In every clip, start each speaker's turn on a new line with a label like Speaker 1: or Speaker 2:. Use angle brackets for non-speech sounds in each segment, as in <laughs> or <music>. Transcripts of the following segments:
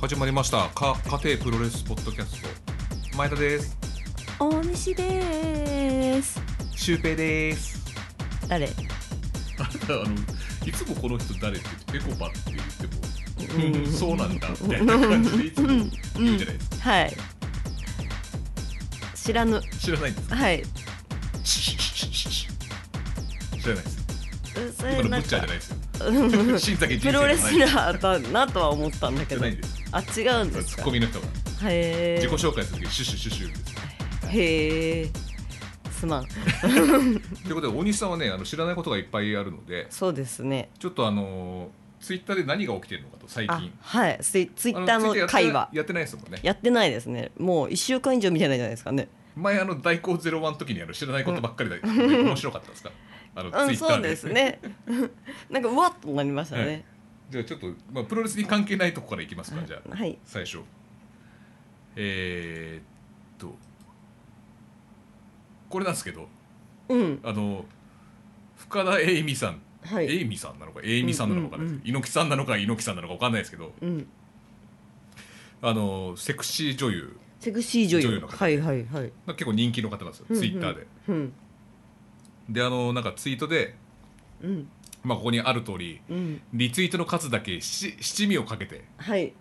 Speaker 1: 始まりましたか家庭プロレスポッドキャスト前田です
Speaker 2: 大西です
Speaker 1: シュウペイです
Speaker 2: 誰
Speaker 3: あなたあのいつもこの人誰って言ってペコパって言っても、
Speaker 2: うん
Speaker 3: そうなんだみたいな感じでいつも言うじゃないですか、
Speaker 2: はい知らぬ
Speaker 3: 知らないんですか
Speaker 2: はい
Speaker 3: 知らないです
Speaker 2: そ
Speaker 3: 今のブッチャーじゃないですよ新崎
Speaker 2: プ
Speaker 3: 人生じゃ
Speaker 2: ロ
Speaker 3: ない
Speaker 2: レ
Speaker 3: です
Speaker 2: スラーだなとは思ったんだ
Speaker 3: じ
Speaker 2: け
Speaker 3: ゃ
Speaker 2: ど
Speaker 3: ないんです
Speaker 2: あ違うん
Speaker 3: そ
Speaker 2: で
Speaker 3: れ
Speaker 2: す
Speaker 3: ツ
Speaker 2: か
Speaker 3: ッコミの人が
Speaker 2: へ
Speaker 3: 自己
Speaker 2: ー
Speaker 3: 紹介する時シュシュシュシュです
Speaker 2: へえすまん
Speaker 3: ということで大西さんはねあの知らないことがいっぱいあるので
Speaker 2: そうですね
Speaker 3: ちょっとあのツイッターで何が起きてるのかと最
Speaker 2: あ
Speaker 3: 近
Speaker 2: はいツイツイ
Speaker 3: あ
Speaker 2: ッターの会話
Speaker 3: やってないですもんね
Speaker 2: やってないですねもう一週間以上見てないじゃないですかね
Speaker 3: 前あの大行ゼロワンの時にあの知らないことばっかりで、面白かったで
Speaker 2: <laughs>
Speaker 3: すかあの
Speaker 2: う
Speaker 3: ツ
Speaker 2: ん
Speaker 3: イッタ
Speaker 2: そ
Speaker 3: ー
Speaker 2: う
Speaker 3: で
Speaker 2: ですね <laughs> なんかうわっとなりましたね
Speaker 3: <laughs> じゃあちょっと、まあ、プロレスに関係ないとこからいきますかじゃあ
Speaker 2: はい
Speaker 3: 最初えー、っとこれなんですけど
Speaker 2: うん
Speaker 3: あの深田栄美さん、
Speaker 2: は
Speaker 3: 栄
Speaker 2: い
Speaker 3: 美さんなのか栄美さんなのか、ね
Speaker 2: うんうんうん
Speaker 3: 猪木さんなのか猪木さんなのかわかんないですけど
Speaker 2: うん
Speaker 3: あのセクシー女優
Speaker 2: セクシー女優
Speaker 3: 女優の方
Speaker 2: はいはいはい
Speaker 3: 結構人気の方なんですよ、
Speaker 2: うんうん
Speaker 3: ツイッターで
Speaker 2: うん
Speaker 3: であのなんかツイートで、
Speaker 2: うん
Speaker 3: まあ、ここにある通り
Speaker 2: うん
Speaker 3: リツイートの数だけし七味をかけて
Speaker 2: はい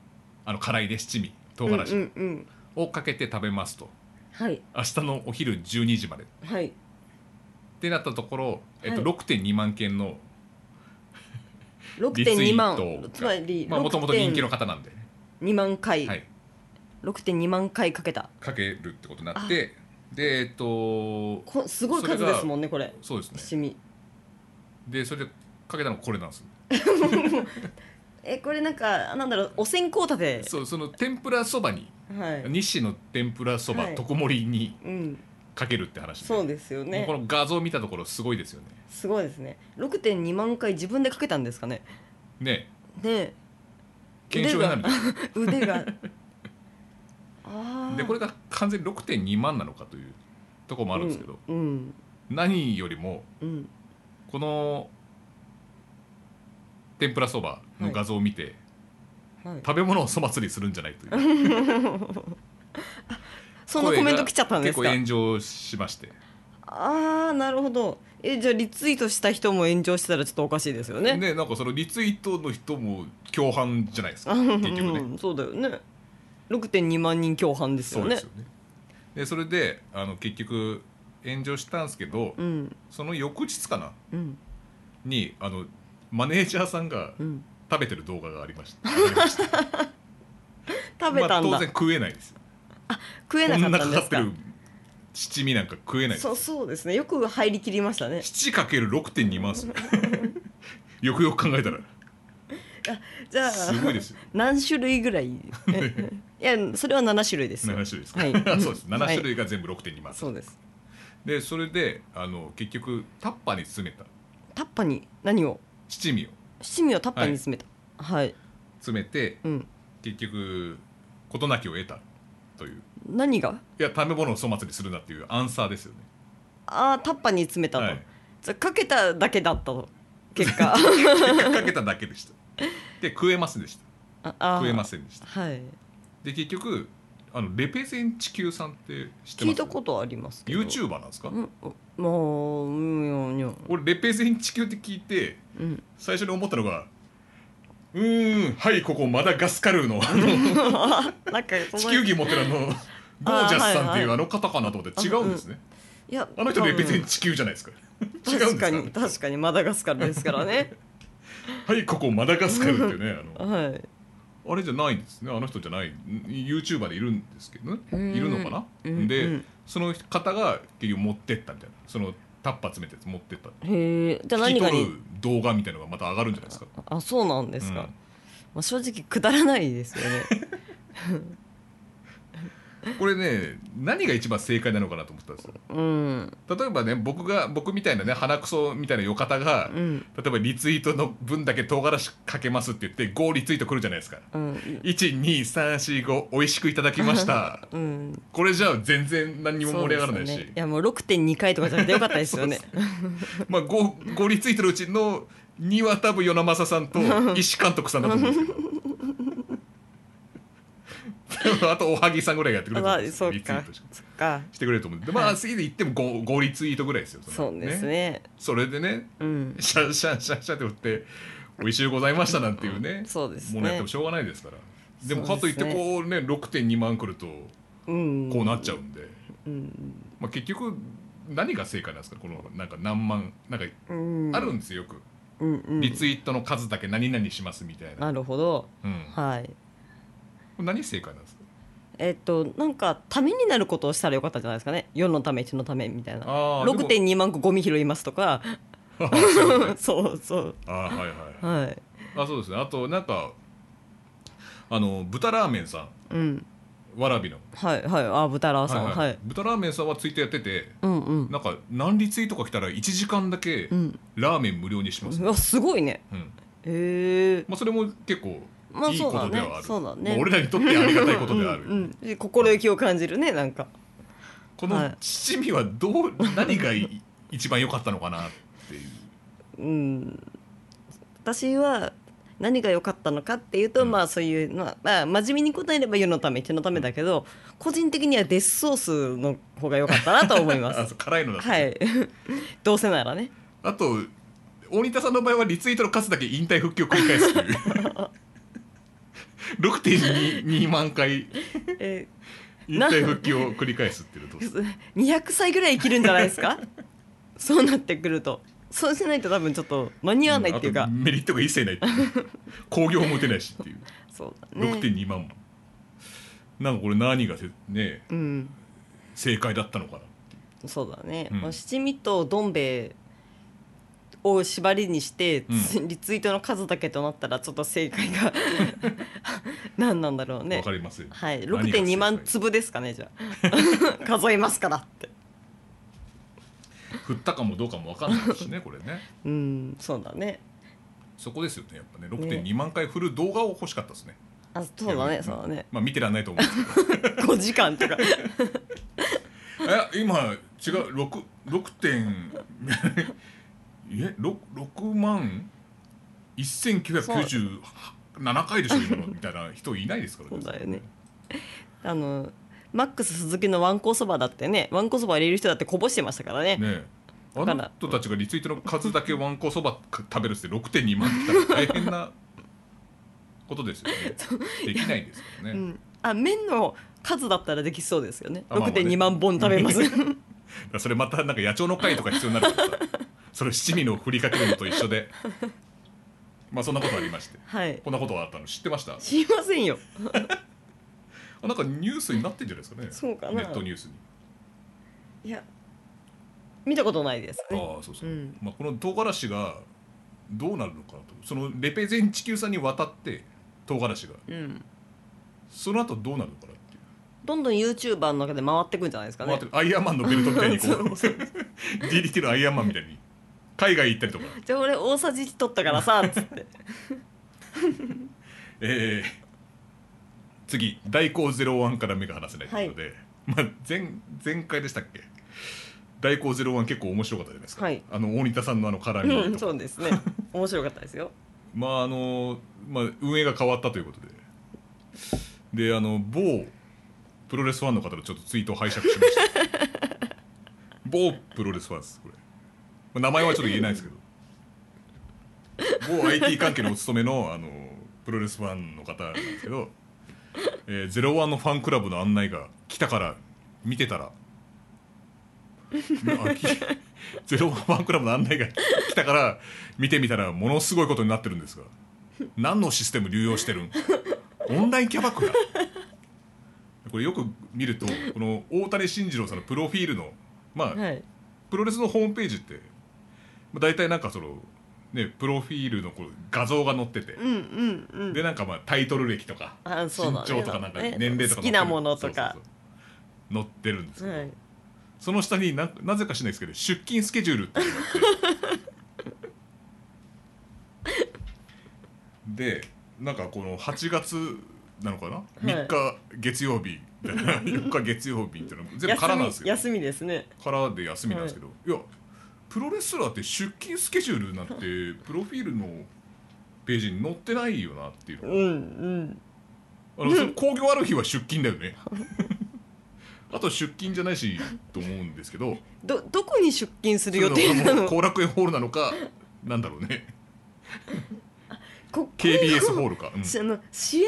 Speaker 3: あの辛いで七味唐
Speaker 2: うんう
Speaker 3: 辛子
Speaker 2: んうん
Speaker 3: をかけて食べますと、
Speaker 2: はい
Speaker 3: 明日のお昼12時までっ
Speaker 2: はい
Speaker 3: てなったところ、えっと、
Speaker 2: は
Speaker 3: 6.2万件のリツイ
Speaker 2: 6.2
Speaker 3: ー
Speaker 2: 万
Speaker 3: ト
Speaker 2: つまり
Speaker 3: まあもともと人気の方なんで、
Speaker 2: 2万回、
Speaker 3: はい、
Speaker 2: 6.2万回かけた
Speaker 3: かけるってことになってでえっと
Speaker 2: こすごい数ですもんねこれ
Speaker 3: そうですね
Speaker 2: 七味
Speaker 3: でそれでかけたのがこれなんです
Speaker 2: えこれなんかなんだろうお線香立て
Speaker 3: そうその天ぷらそばに
Speaker 2: はい
Speaker 3: 西の天ぷらそば
Speaker 2: はい
Speaker 3: 特盛りに
Speaker 2: うん
Speaker 3: かけるって話で
Speaker 2: そうですよ
Speaker 3: もうこ
Speaker 2: ね
Speaker 3: の画像見たところすごいですよね
Speaker 2: すごいですね6.2万回自分でかけたんですかね
Speaker 3: ね
Speaker 2: ね
Speaker 3: 検証になるんです
Speaker 2: え腕が
Speaker 3: <laughs>
Speaker 2: ああ
Speaker 3: でこれが完全に6.2万なのかというところもあるんですけど、
Speaker 2: うん
Speaker 3: 何よりも
Speaker 2: うんうん
Speaker 3: この天ぷらそばの画像を見て、
Speaker 2: はい
Speaker 3: 食べ物を粗末にするんじゃない
Speaker 2: <laughs>
Speaker 3: という
Speaker 2: そのコメント来ちゃったんですか
Speaker 3: 声が結構炎上しまして
Speaker 2: ああなるほどえじゃあリツイートした人も炎上してたらちょっとおかしいですよね
Speaker 3: ねなんかそのリツイートの人も共犯じゃないですか
Speaker 2: う
Speaker 3: 結
Speaker 2: ん
Speaker 3: 局ね、
Speaker 2: うんそうだよね6.2万人共犯ですよ
Speaker 3: そう
Speaker 2: ね
Speaker 3: ですよねでそれであの結局炎上したんですけど、
Speaker 2: うん
Speaker 3: その翌日かな
Speaker 2: うん
Speaker 3: にあのマネージャーさんが
Speaker 2: うん
Speaker 3: 食べてる動画があり
Speaker 2: <laughs>
Speaker 3: ましたありました
Speaker 2: 食べたんだ、
Speaker 3: まあ当然食えないですよ
Speaker 2: 食えな
Speaker 3: こん
Speaker 2: かっ
Speaker 3: な
Speaker 2: たんで
Speaker 3: かか
Speaker 2: す
Speaker 3: って
Speaker 2: か
Speaker 3: る七味なんか食えないです
Speaker 2: そうそうですねよく入りきりましたね
Speaker 3: 7かける6.2万っ
Speaker 2: <laughs>
Speaker 3: すねよくよく考えたら
Speaker 2: じゃあ
Speaker 3: すごいですよ
Speaker 2: 何種類ぐら
Speaker 3: <laughs>
Speaker 2: いいやそれは7種類ですよ
Speaker 3: 7種類ですか、
Speaker 2: はい
Speaker 3: <laughs> そうです7種類が全部6.2万、
Speaker 2: そうです
Speaker 3: でそれであの結局タッパーに詰めた
Speaker 2: タッパに何を
Speaker 3: 七味を
Speaker 2: 七味をタッパに詰めたはい、
Speaker 3: 詰めて
Speaker 2: うん
Speaker 3: 結局事なきを得たという
Speaker 2: 何が
Speaker 3: いや食べ物を粗末にするなっていうアンサーですよね
Speaker 2: ああタッパに詰めたと、
Speaker 3: はい
Speaker 2: じゃあかけただけだったと結果
Speaker 3: 結果かけただけ
Speaker 2: <laughs>
Speaker 3: でしたで食えませんでした食えま
Speaker 2: し
Speaker 3: せんでした
Speaker 2: はい
Speaker 3: で結局あのレペゼン地球さんって知って
Speaker 2: 聞
Speaker 3: ま
Speaker 2: い
Speaker 3: す
Speaker 2: たことありますけど
Speaker 3: YouTuber なんですか、
Speaker 2: うんもううんうんうん
Speaker 3: 俺レペゼン地球って聞いて
Speaker 2: うん <laughs>
Speaker 3: 最初に思ったのがうーんはいここマダガスカルのあの
Speaker 2: なんかその
Speaker 3: <laughs> 地球儀持ってるあの
Speaker 2: <laughs>
Speaker 3: ゴージャスさんって
Speaker 2: あはい
Speaker 3: い
Speaker 2: は
Speaker 3: う
Speaker 2: い
Speaker 3: あの方かなと思って違うんですね
Speaker 2: いや
Speaker 3: あの人
Speaker 2: 多
Speaker 3: レ
Speaker 2: 分
Speaker 3: ペゼン地球じゃないですか違うんで
Speaker 2: <laughs>
Speaker 3: す
Speaker 2: 確かに
Speaker 3: か
Speaker 2: 確かにマダガスカルですからね
Speaker 3: はいここマダガスカルっていうねあ
Speaker 2: はい
Speaker 3: <laughs> のあれじゃないんですねあの人じゃないん YouTuber でいるんですけどね
Speaker 2: うん
Speaker 3: いるのか
Speaker 2: うん
Speaker 3: な
Speaker 2: う
Speaker 3: で
Speaker 2: ん
Speaker 3: その方が結局持ってったみたいなそのタッパー詰めたやつ持ってった
Speaker 2: へえじゃあ
Speaker 3: 聞
Speaker 2: 何
Speaker 3: き
Speaker 2: か
Speaker 3: 取
Speaker 2: に
Speaker 3: る動画みたいのがまた上がるんじゃないですか
Speaker 2: あそうなんですか、
Speaker 3: うん
Speaker 2: まあ、正直くだらないですよね
Speaker 3: これね何が一番正解なのかなと思ったんですよ
Speaker 2: うん
Speaker 3: 例えばね僕が僕みたいなね鼻くそみたいなよかたが、
Speaker 2: うん
Speaker 3: 例えばリツイートの分だけ唐辛子かけますって言って5リツイートくるじゃないですか
Speaker 2: うん
Speaker 3: 12345美味しくいただきました
Speaker 2: うん
Speaker 3: これじゃあ全然何にも盛り上がらない
Speaker 2: そうで
Speaker 3: し、
Speaker 2: すよねいやもう6.2回とかじゃなくてよかったです
Speaker 3: <laughs>
Speaker 2: よね
Speaker 3: まあ 5, 5リツイートのうちの2は多分与那正さんと石監督さんだと思うんですけどあとおはぎさんぐらいがやってくれると
Speaker 2: ま
Speaker 3: 思
Speaker 2: あ
Speaker 3: んです
Speaker 2: そ
Speaker 3: よ
Speaker 2: う
Speaker 3: リツイ
Speaker 2: か
Speaker 3: ートし
Speaker 2: そっか
Speaker 3: してくれると思うんででまあ次で言っても 5, 5リツイートぐらいですよ
Speaker 2: そ
Speaker 3: の
Speaker 2: うですね
Speaker 3: それでね
Speaker 2: うん
Speaker 3: シャンシャンシャンシャンって打って「おいしゅうございました」なんていうね、
Speaker 2: そうですね
Speaker 3: ものやってもしょうがないですからでもかといって
Speaker 2: そうですね
Speaker 3: こうね6.2万くると
Speaker 2: うん
Speaker 3: こうなっちゃうんで、
Speaker 2: うん
Speaker 3: まあ、結局何が正解なんですかこのなんか何万なんか
Speaker 2: うん
Speaker 3: あるんですよよく、
Speaker 2: うんうん
Speaker 3: リツイートの数だけ何々しますみたいな、
Speaker 2: なるほど
Speaker 3: うん、こ
Speaker 2: はい
Speaker 3: れ何正解な
Speaker 2: <laughs>
Speaker 3: んですか
Speaker 2: えっとなんかためになることをしたらよかったんじゃないですかね世のため人のためみたいな
Speaker 3: あーでも
Speaker 2: 6.2万個ゴミ拾いますとか
Speaker 3: あーそういうことね
Speaker 2: <laughs> そうそう
Speaker 3: あーはいはいはい
Speaker 2: はい
Speaker 3: あそうですねあとなんかあの豚ラーメンさ
Speaker 2: うん
Speaker 3: んわらびの、
Speaker 2: はいはいあ豚ラーさんはい、
Speaker 3: 豚ラーメンさんはツイートやってて
Speaker 2: うんうん
Speaker 3: なんか何リツイートか来たら1時間だけ
Speaker 2: うん
Speaker 3: ラーメン無料にします、
Speaker 2: う
Speaker 3: うん
Speaker 2: わすごいねへえ
Speaker 3: まあ、それも結構
Speaker 2: まあ
Speaker 3: いい
Speaker 2: そ
Speaker 3: こ
Speaker 2: うだ
Speaker 3: とで
Speaker 2: ね
Speaker 3: はある、
Speaker 2: そうだね
Speaker 3: まあ俺らにとってありがたいことではある、
Speaker 2: うんうん、心意気を感じるねなんか
Speaker 3: この
Speaker 2: はい
Speaker 3: 七味はどう何がい一番良かったのかなっていう
Speaker 2: うん私は何が良かったのかっていうと、
Speaker 3: うん
Speaker 2: まあそういう、まあ、まあ真面目に答えれば世のため手のためだけど個人的にはデスソースの方が良かったなと思いま
Speaker 3: あ <laughs>
Speaker 2: す
Speaker 3: そう辛いのだと
Speaker 2: はいどうせならね
Speaker 3: あと大仁田さんの場合はリツイートの数だけ引退復帰を繰り返す
Speaker 2: <laughs>
Speaker 3: という6.2万回
Speaker 2: え
Speaker 3: 引退復帰を繰り返すっていうのと
Speaker 2: ー200歳ぐらい生きるんじゃないですか <laughs> そうなってくるとそうしないと多分ちょっと間に合わないっていうか
Speaker 3: あと、メリットが一切ないっていう興行も打てないしっていう
Speaker 2: そうだね
Speaker 3: 6.2万も、なんかこれ何がせね
Speaker 2: うん
Speaker 3: 正解だったのかな
Speaker 2: そうだね、
Speaker 3: うん
Speaker 2: まあ七味とどん兵衛を縛りにして、つリツイートの数だけとなったらちょっと正解が <laughs> 何なんだろう
Speaker 3: わ、
Speaker 2: ね
Speaker 3: かりますよ
Speaker 2: はい
Speaker 3: 何が正解
Speaker 2: 6.2万粒ですかねじゃあ <laughs> 数えますからって
Speaker 3: 振ったかもどうかもわかんないですしねこれね
Speaker 2: うんそうだね
Speaker 3: そこですよねやっぱね6.2万回振る動画を欲しかったですね
Speaker 2: あそうだ
Speaker 3: いや
Speaker 2: ねそうだね
Speaker 3: まあ見てらんないと思うんです <laughs>
Speaker 2: 5時間とか
Speaker 3: けどえ今違う6 6点 <laughs> え六6万1997回でしょ今のみたいな人いないですから
Speaker 2: そうだよねあのマックス鈴木のわんこそばだってねわんこそば入れる人だってこぼしてましたからね
Speaker 3: ね
Speaker 2: <laughs>
Speaker 3: えあ
Speaker 2: から
Speaker 3: の人たちがリツイートの数だけわんこそばか食べるっつって6.2万来たら大変なことですよ
Speaker 2: <laughs>
Speaker 3: ねできないですから
Speaker 2: う
Speaker 3: ね、
Speaker 2: ん、あ麺の数だったらできそうですよね
Speaker 3: あまあまあね
Speaker 2: 6.2万本食べます
Speaker 3: それまたなんか野鳥の会とか必要になるからさそれ七味の振りかけるのと一緒でまあそんなことありまして
Speaker 2: <laughs> はい。
Speaker 3: こんなことがあったの知ってました
Speaker 2: 知りませんよ。
Speaker 3: あなんかニュースになってんじゃないですかね
Speaker 2: そうかな
Speaker 3: ネットニュースに
Speaker 2: いや。見たことないです。
Speaker 3: ああそうそう、
Speaker 2: うん
Speaker 3: まあ、この唐辛子がどうなるのかなとそのレペゼン地球さんに渡って唐辛子が
Speaker 2: うん。
Speaker 3: その後どうなるのかなっていう
Speaker 2: どんどんユーチューバーの中で回ってくんじゃないですか
Speaker 3: 回っ
Speaker 2: ね
Speaker 3: て。るアイアンマンのベルトみたいにこう
Speaker 2: <laughs> そうそう
Speaker 3: DDT のアイアンマンみたいに海外行ったりとか
Speaker 2: じゃあ俺大さじ1取ったからさ、つ
Speaker 3: <laughs>
Speaker 2: って。
Speaker 3: えー次大光01から目が離せないということで、まあ、前前回でしたっけ大光01結構面白かったじゃないですか、
Speaker 2: はい
Speaker 3: あの大仁田さんのあの絡みとか、
Speaker 2: うん、そうですね。面白かったですよ。
Speaker 3: まああのまあ、運営が変わったということでであの某プロレスファンの方のちょっとツイートを拝借し
Speaker 2: <laughs>
Speaker 3: ました某プロレスファンですこれまあ名前はちょっと言えないですけど某 IT 関係のお勤めのあのプロレスファンの方なんですけど「えー、ゼロワンのファンクラブの案内が来たから見てたら」あき <laughs> ゼロワンファンクラブの案内が来たから見てみたらものすごいことになってるんですが何のシステム流用してるんオンラインキャバクラこれよく見るとこの大谷慎二郎さんのプロフィールのまあ、
Speaker 2: はい。
Speaker 3: プロレスのホームページってまあ大体なんかそのねプロフィールのこう画像が載ってて、
Speaker 2: うんうんうん。
Speaker 3: でなんかまあタイトル歴とか
Speaker 2: あ
Speaker 3: 身
Speaker 2: そうだね
Speaker 3: 長とかなんか年齢とか載ってる
Speaker 2: 好きなものとか
Speaker 3: そうそうそう載ってるんですけど、
Speaker 2: はい。
Speaker 3: その下にななぜか知らないですけど出勤スケジュールっていうのが
Speaker 2: <laughs>
Speaker 3: あってでなんかこの8月なのかな、
Speaker 2: い
Speaker 3: 3日月曜日みたいな4日月曜日みたいな全部空なんです
Speaker 2: 休み、休み
Speaker 3: けど
Speaker 2: ですね。
Speaker 3: 空で休みなんですけど、い、やプロレスラーって出勤スケジュール
Speaker 2: <laughs>
Speaker 3: なんてプロフィールのページに載ってないよなっていうの
Speaker 2: う
Speaker 3: が
Speaker 2: んうん。
Speaker 3: あのその工業ある日は出勤だ
Speaker 2: <laughs>
Speaker 3: よねあと出勤じゃないしと思うんですけど
Speaker 2: どどこに出勤す
Speaker 3: そ
Speaker 2: る
Speaker 3: れ
Speaker 2: 予定な
Speaker 3: がもう
Speaker 2: の
Speaker 3: 後楽園ホールなのかなんだろうね
Speaker 2: <laughs> こ
Speaker 3: KBS ホールか、うん
Speaker 2: しあの試合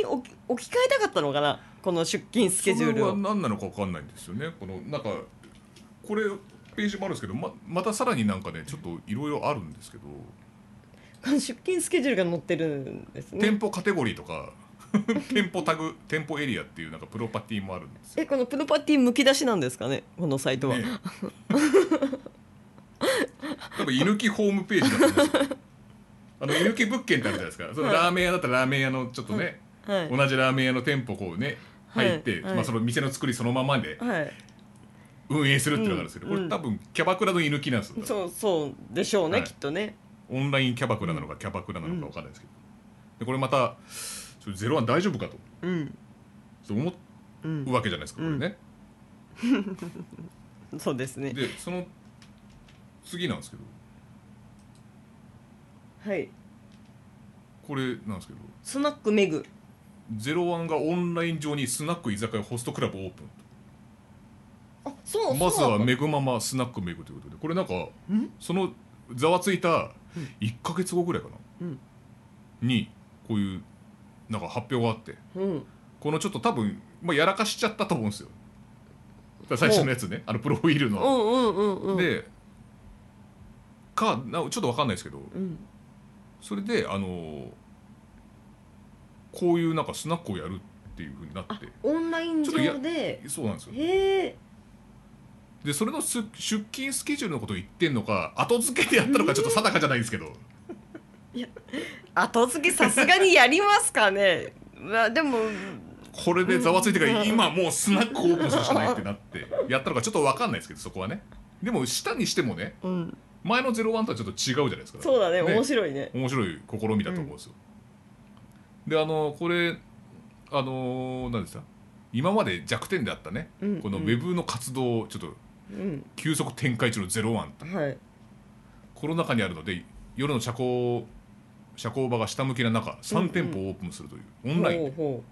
Speaker 2: に置き置き換えたかったのかなこの出勤スケジュール
Speaker 3: それは
Speaker 2: を
Speaker 3: 何なのか分かんないんですよねこのなんかこれページもあるんですけどままたさらになんかねちょっといろいろあるんですけど、
Speaker 2: この出勤スケジュールが載ってるんですね
Speaker 3: 店舗カテゴリー
Speaker 2: <laughs>
Speaker 3: とか店舗タグ店舗エリアっていうなんかプロパティもあるんですよ
Speaker 2: えこのプロパティむき出しなんですかねこのサイトは、
Speaker 3: ね多分居抜きホームページだと思うんですよ
Speaker 2: <laughs>
Speaker 3: あの居抜き物件ってあるじゃないですかそのラーメン屋だったらラーメン屋のちょっとね、
Speaker 2: はい
Speaker 3: 同じラーメン屋の店舗こうね入って、
Speaker 2: はい
Speaker 3: まあ、その店の作りそのままで
Speaker 2: はい
Speaker 3: 運営するっていうのがあるんですけど、
Speaker 2: うん
Speaker 3: これ多分キャバクラの居抜きなんですよ多分
Speaker 2: そうそうでしょうね、
Speaker 3: はい
Speaker 2: きっとね
Speaker 3: オンラインキャバクラなのかキャバクラなのか分かんないですけど、でこれまた「ちょゼロワン大丈夫かと」
Speaker 2: うん
Speaker 3: そう思
Speaker 2: う
Speaker 3: うんわけじゃないですか、これね。
Speaker 2: そうですね
Speaker 3: でその次なんですけど
Speaker 2: はい
Speaker 3: これなんですけど
Speaker 2: スナックメグ
Speaker 3: 「ゼロワンがオンライン上にスナック居酒屋ホストクラブオープン
Speaker 2: あそ
Speaker 3: と」
Speaker 2: う
Speaker 3: まず
Speaker 2: そう
Speaker 3: は
Speaker 2: なんだ
Speaker 3: めぐままスナックめぐということでこれなんかそのざわついた1か月後ぐらいかな、
Speaker 2: うん
Speaker 3: にこういうなんか発表があって
Speaker 2: うん
Speaker 3: このちょっと多分、まあ、やらかしちゃったと思うんですよだから最初のやつねあのプロフィールの。
Speaker 2: うんうんうんうん
Speaker 3: でかなちょっと分かんないですけど
Speaker 2: うん
Speaker 3: それであのーこういうなんかスナックをやるっていうふうになって
Speaker 2: オンライン
Speaker 3: ちょっとや
Speaker 2: 上で
Speaker 3: そうなんですよ
Speaker 2: へえ
Speaker 3: でそれのす出勤スケジュールのことを言ってんのか後付けでやったのかちょっと定かじゃないんですけど
Speaker 2: 後付けさすがにやりますかね <laughs> まあでも
Speaker 3: これでざわついてから
Speaker 2: うん
Speaker 3: 今もうスナックをオープンするしかないってなってやったのかちょっと分かんないですけどそこはねでも下にしてもね
Speaker 2: うん
Speaker 3: 前の「ゼロワンとはちょっと違うじゃないですか
Speaker 2: そうだね
Speaker 3: ね
Speaker 2: 面白いね
Speaker 3: 面白い試みだと思うんですよ。であのこれあの何ですか今まで弱点であったね、
Speaker 2: うん
Speaker 3: このウェブの活動をちょっと
Speaker 2: うん
Speaker 3: 急速展開中のゼロワンと
Speaker 2: はい
Speaker 3: コロナ禍にあるので夜の社交社交場が下向きな中3店舗をオープンするという、オンライン
Speaker 2: ほう
Speaker 3: で
Speaker 2: ほ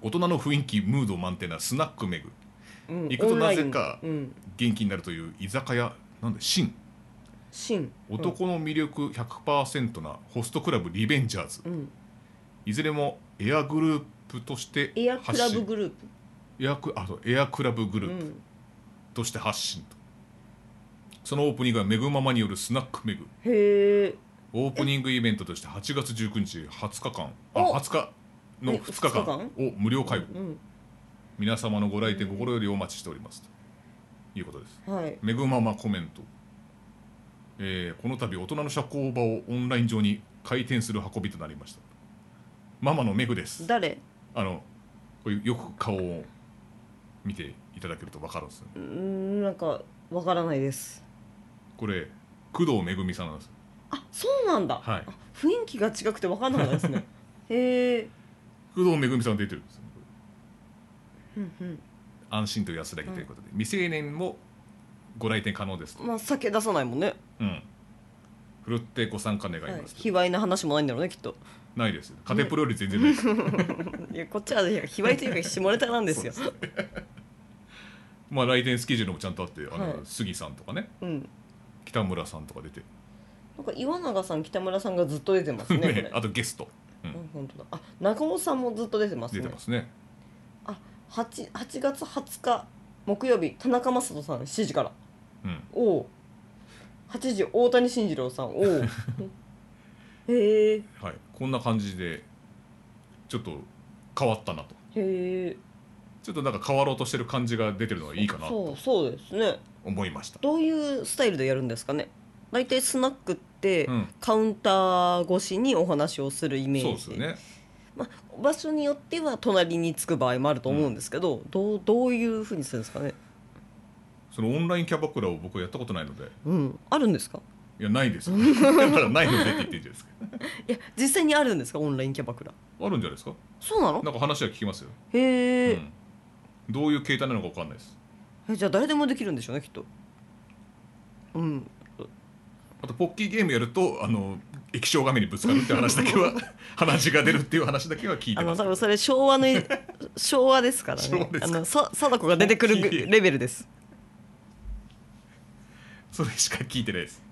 Speaker 3: 大人の雰囲気ムード満点なスナックめぐ
Speaker 2: う、うん、
Speaker 3: 行くとなぜか
Speaker 2: オンラインうん
Speaker 3: 元気になるという居酒屋なんで新
Speaker 2: 新
Speaker 3: 男の魅力100%なホストクラブリベンジャーズ
Speaker 2: うん、うん、
Speaker 3: いずれもエアグループとして
Speaker 2: エアクラブグルー
Speaker 3: エアクあそうエアクラブグ
Speaker 2: プ
Speaker 3: ルー
Speaker 2: う
Speaker 3: プ
Speaker 2: ん
Speaker 3: として発信と、そのオープニングはめぐママによるスナックめぐ
Speaker 2: へえ
Speaker 3: オープニングイベントとして8月19日20日間あ
Speaker 2: お
Speaker 3: 20日の
Speaker 2: え
Speaker 3: 2日間
Speaker 2: 二
Speaker 3: を無料開放、
Speaker 2: うん
Speaker 3: 皆様のご来店心よりお待ちしておりますということです
Speaker 2: はい
Speaker 3: めぐママコメント、えーこの度大人の社交場をオンライン上に開店する運びとなりましたママのめぐです
Speaker 2: 誰
Speaker 3: あのこういうよく顔を見ていただけると分かるんですよね
Speaker 2: うんなんかわからないです
Speaker 3: これ工藤めぐみさんなんです
Speaker 2: あそうなんだ、
Speaker 3: はい
Speaker 2: あ雰囲気が違くてわからなかったです
Speaker 3: <laughs>
Speaker 2: ねへえ
Speaker 3: 工藤めぐみさんが出てるんですよこれ
Speaker 2: うんうん
Speaker 3: 安心と安らぎということで、未成年もご来店可能ですと、
Speaker 2: まあ酒出さないもんね、
Speaker 3: うんふるってご参加願い
Speaker 2: はい
Speaker 3: ます、、
Speaker 2: 卑猥な話もないんだろうねきっと <laughs>
Speaker 3: ないですよカテプロより全然ないです、
Speaker 2: いやこっちは卑猥というか下ネタなんですよ
Speaker 3: そうですねまあ来店スケジュールもちゃんとあってあの、
Speaker 2: はい
Speaker 3: 杉さんとかね
Speaker 2: うん
Speaker 3: 北村さんとか出て、
Speaker 2: なんか岩永さん北村さんがずっと出てますねこ
Speaker 3: ね
Speaker 2: れ
Speaker 3: あとゲスト、う
Speaker 2: うん
Speaker 3: ん、
Speaker 2: 本当だあ中尾さんもずっと出てます
Speaker 3: 出
Speaker 2: ね
Speaker 3: てますね
Speaker 2: あ八 8, 月20日木曜日田中雅人さん7時から
Speaker 3: うん
Speaker 2: おお8時大谷慎二郎さんおお
Speaker 3: <laughs>
Speaker 2: へえ
Speaker 3: はいこんな感じでちょっと変わったなと
Speaker 2: へえ
Speaker 3: ちょっとなんか変わろうとしてる感じが出てるのがいいかなと
Speaker 2: そうそうですね
Speaker 3: 思いました
Speaker 2: どういうスタイルでやるんですかね大体スナックって
Speaker 3: うん
Speaker 2: カウンター越しにお話をするイメージ
Speaker 3: そうですよね
Speaker 2: まあ、場所によっては隣につく場合もあると思うんですけど、どうどういうふうにするんですかね、
Speaker 3: そのオンラインキャバクラを僕はやったことないので
Speaker 2: うん、あるんですか
Speaker 3: いやな
Speaker 2: <laughs>
Speaker 3: いですよだからないのでって言ってるじゃないですか
Speaker 2: いや実際にあるんですかオンラインキャバクラ
Speaker 3: あるんじゃないですか
Speaker 2: そうなの
Speaker 3: なんか話は聞きますよ、
Speaker 2: へえ、
Speaker 3: うん、どういう形態なのか分かんないです
Speaker 2: えじゃあ誰でもできるんでしょうねきっとうん
Speaker 3: ああとポッキーゲームやるとあの液晶画面にぶつかるって話だ
Speaker 2: <laughs>
Speaker 3: けは鼻血が出るっていう話だけは聞いて
Speaker 2: あ
Speaker 3: ま
Speaker 2: の
Speaker 3: す
Speaker 2: 多分それ昭和の
Speaker 3: <laughs>
Speaker 2: 昭和ですから
Speaker 3: 昭和
Speaker 2: ね
Speaker 3: です
Speaker 2: あ
Speaker 3: か
Speaker 2: のさ貞子が出て
Speaker 3: <laughs>
Speaker 2: くるぐレベルです
Speaker 3: それしか聞いてないです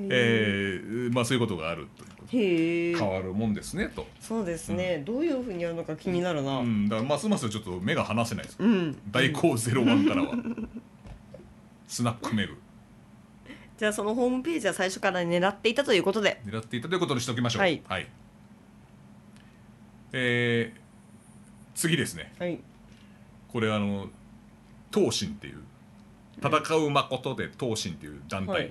Speaker 3: えーまあそういうことがあるということ
Speaker 2: へえ
Speaker 3: 変わるもんですねと、
Speaker 2: そうですね、どういうふうにやるのか気になるな
Speaker 3: う
Speaker 2: うん、
Speaker 3: ん、だからますますちょっと目が離せないです大高ゼロワ
Speaker 2: <laughs>
Speaker 3: ンからはスナックメグ
Speaker 2: じゃあそのホームページは最初から狙っていたということで
Speaker 3: 狙っていたということにしておきましょう
Speaker 2: はい
Speaker 3: えー次ですね
Speaker 2: はい
Speaker 3: これあの東進っていう戦う誠で東進っていう団体、
Speaker 2: はい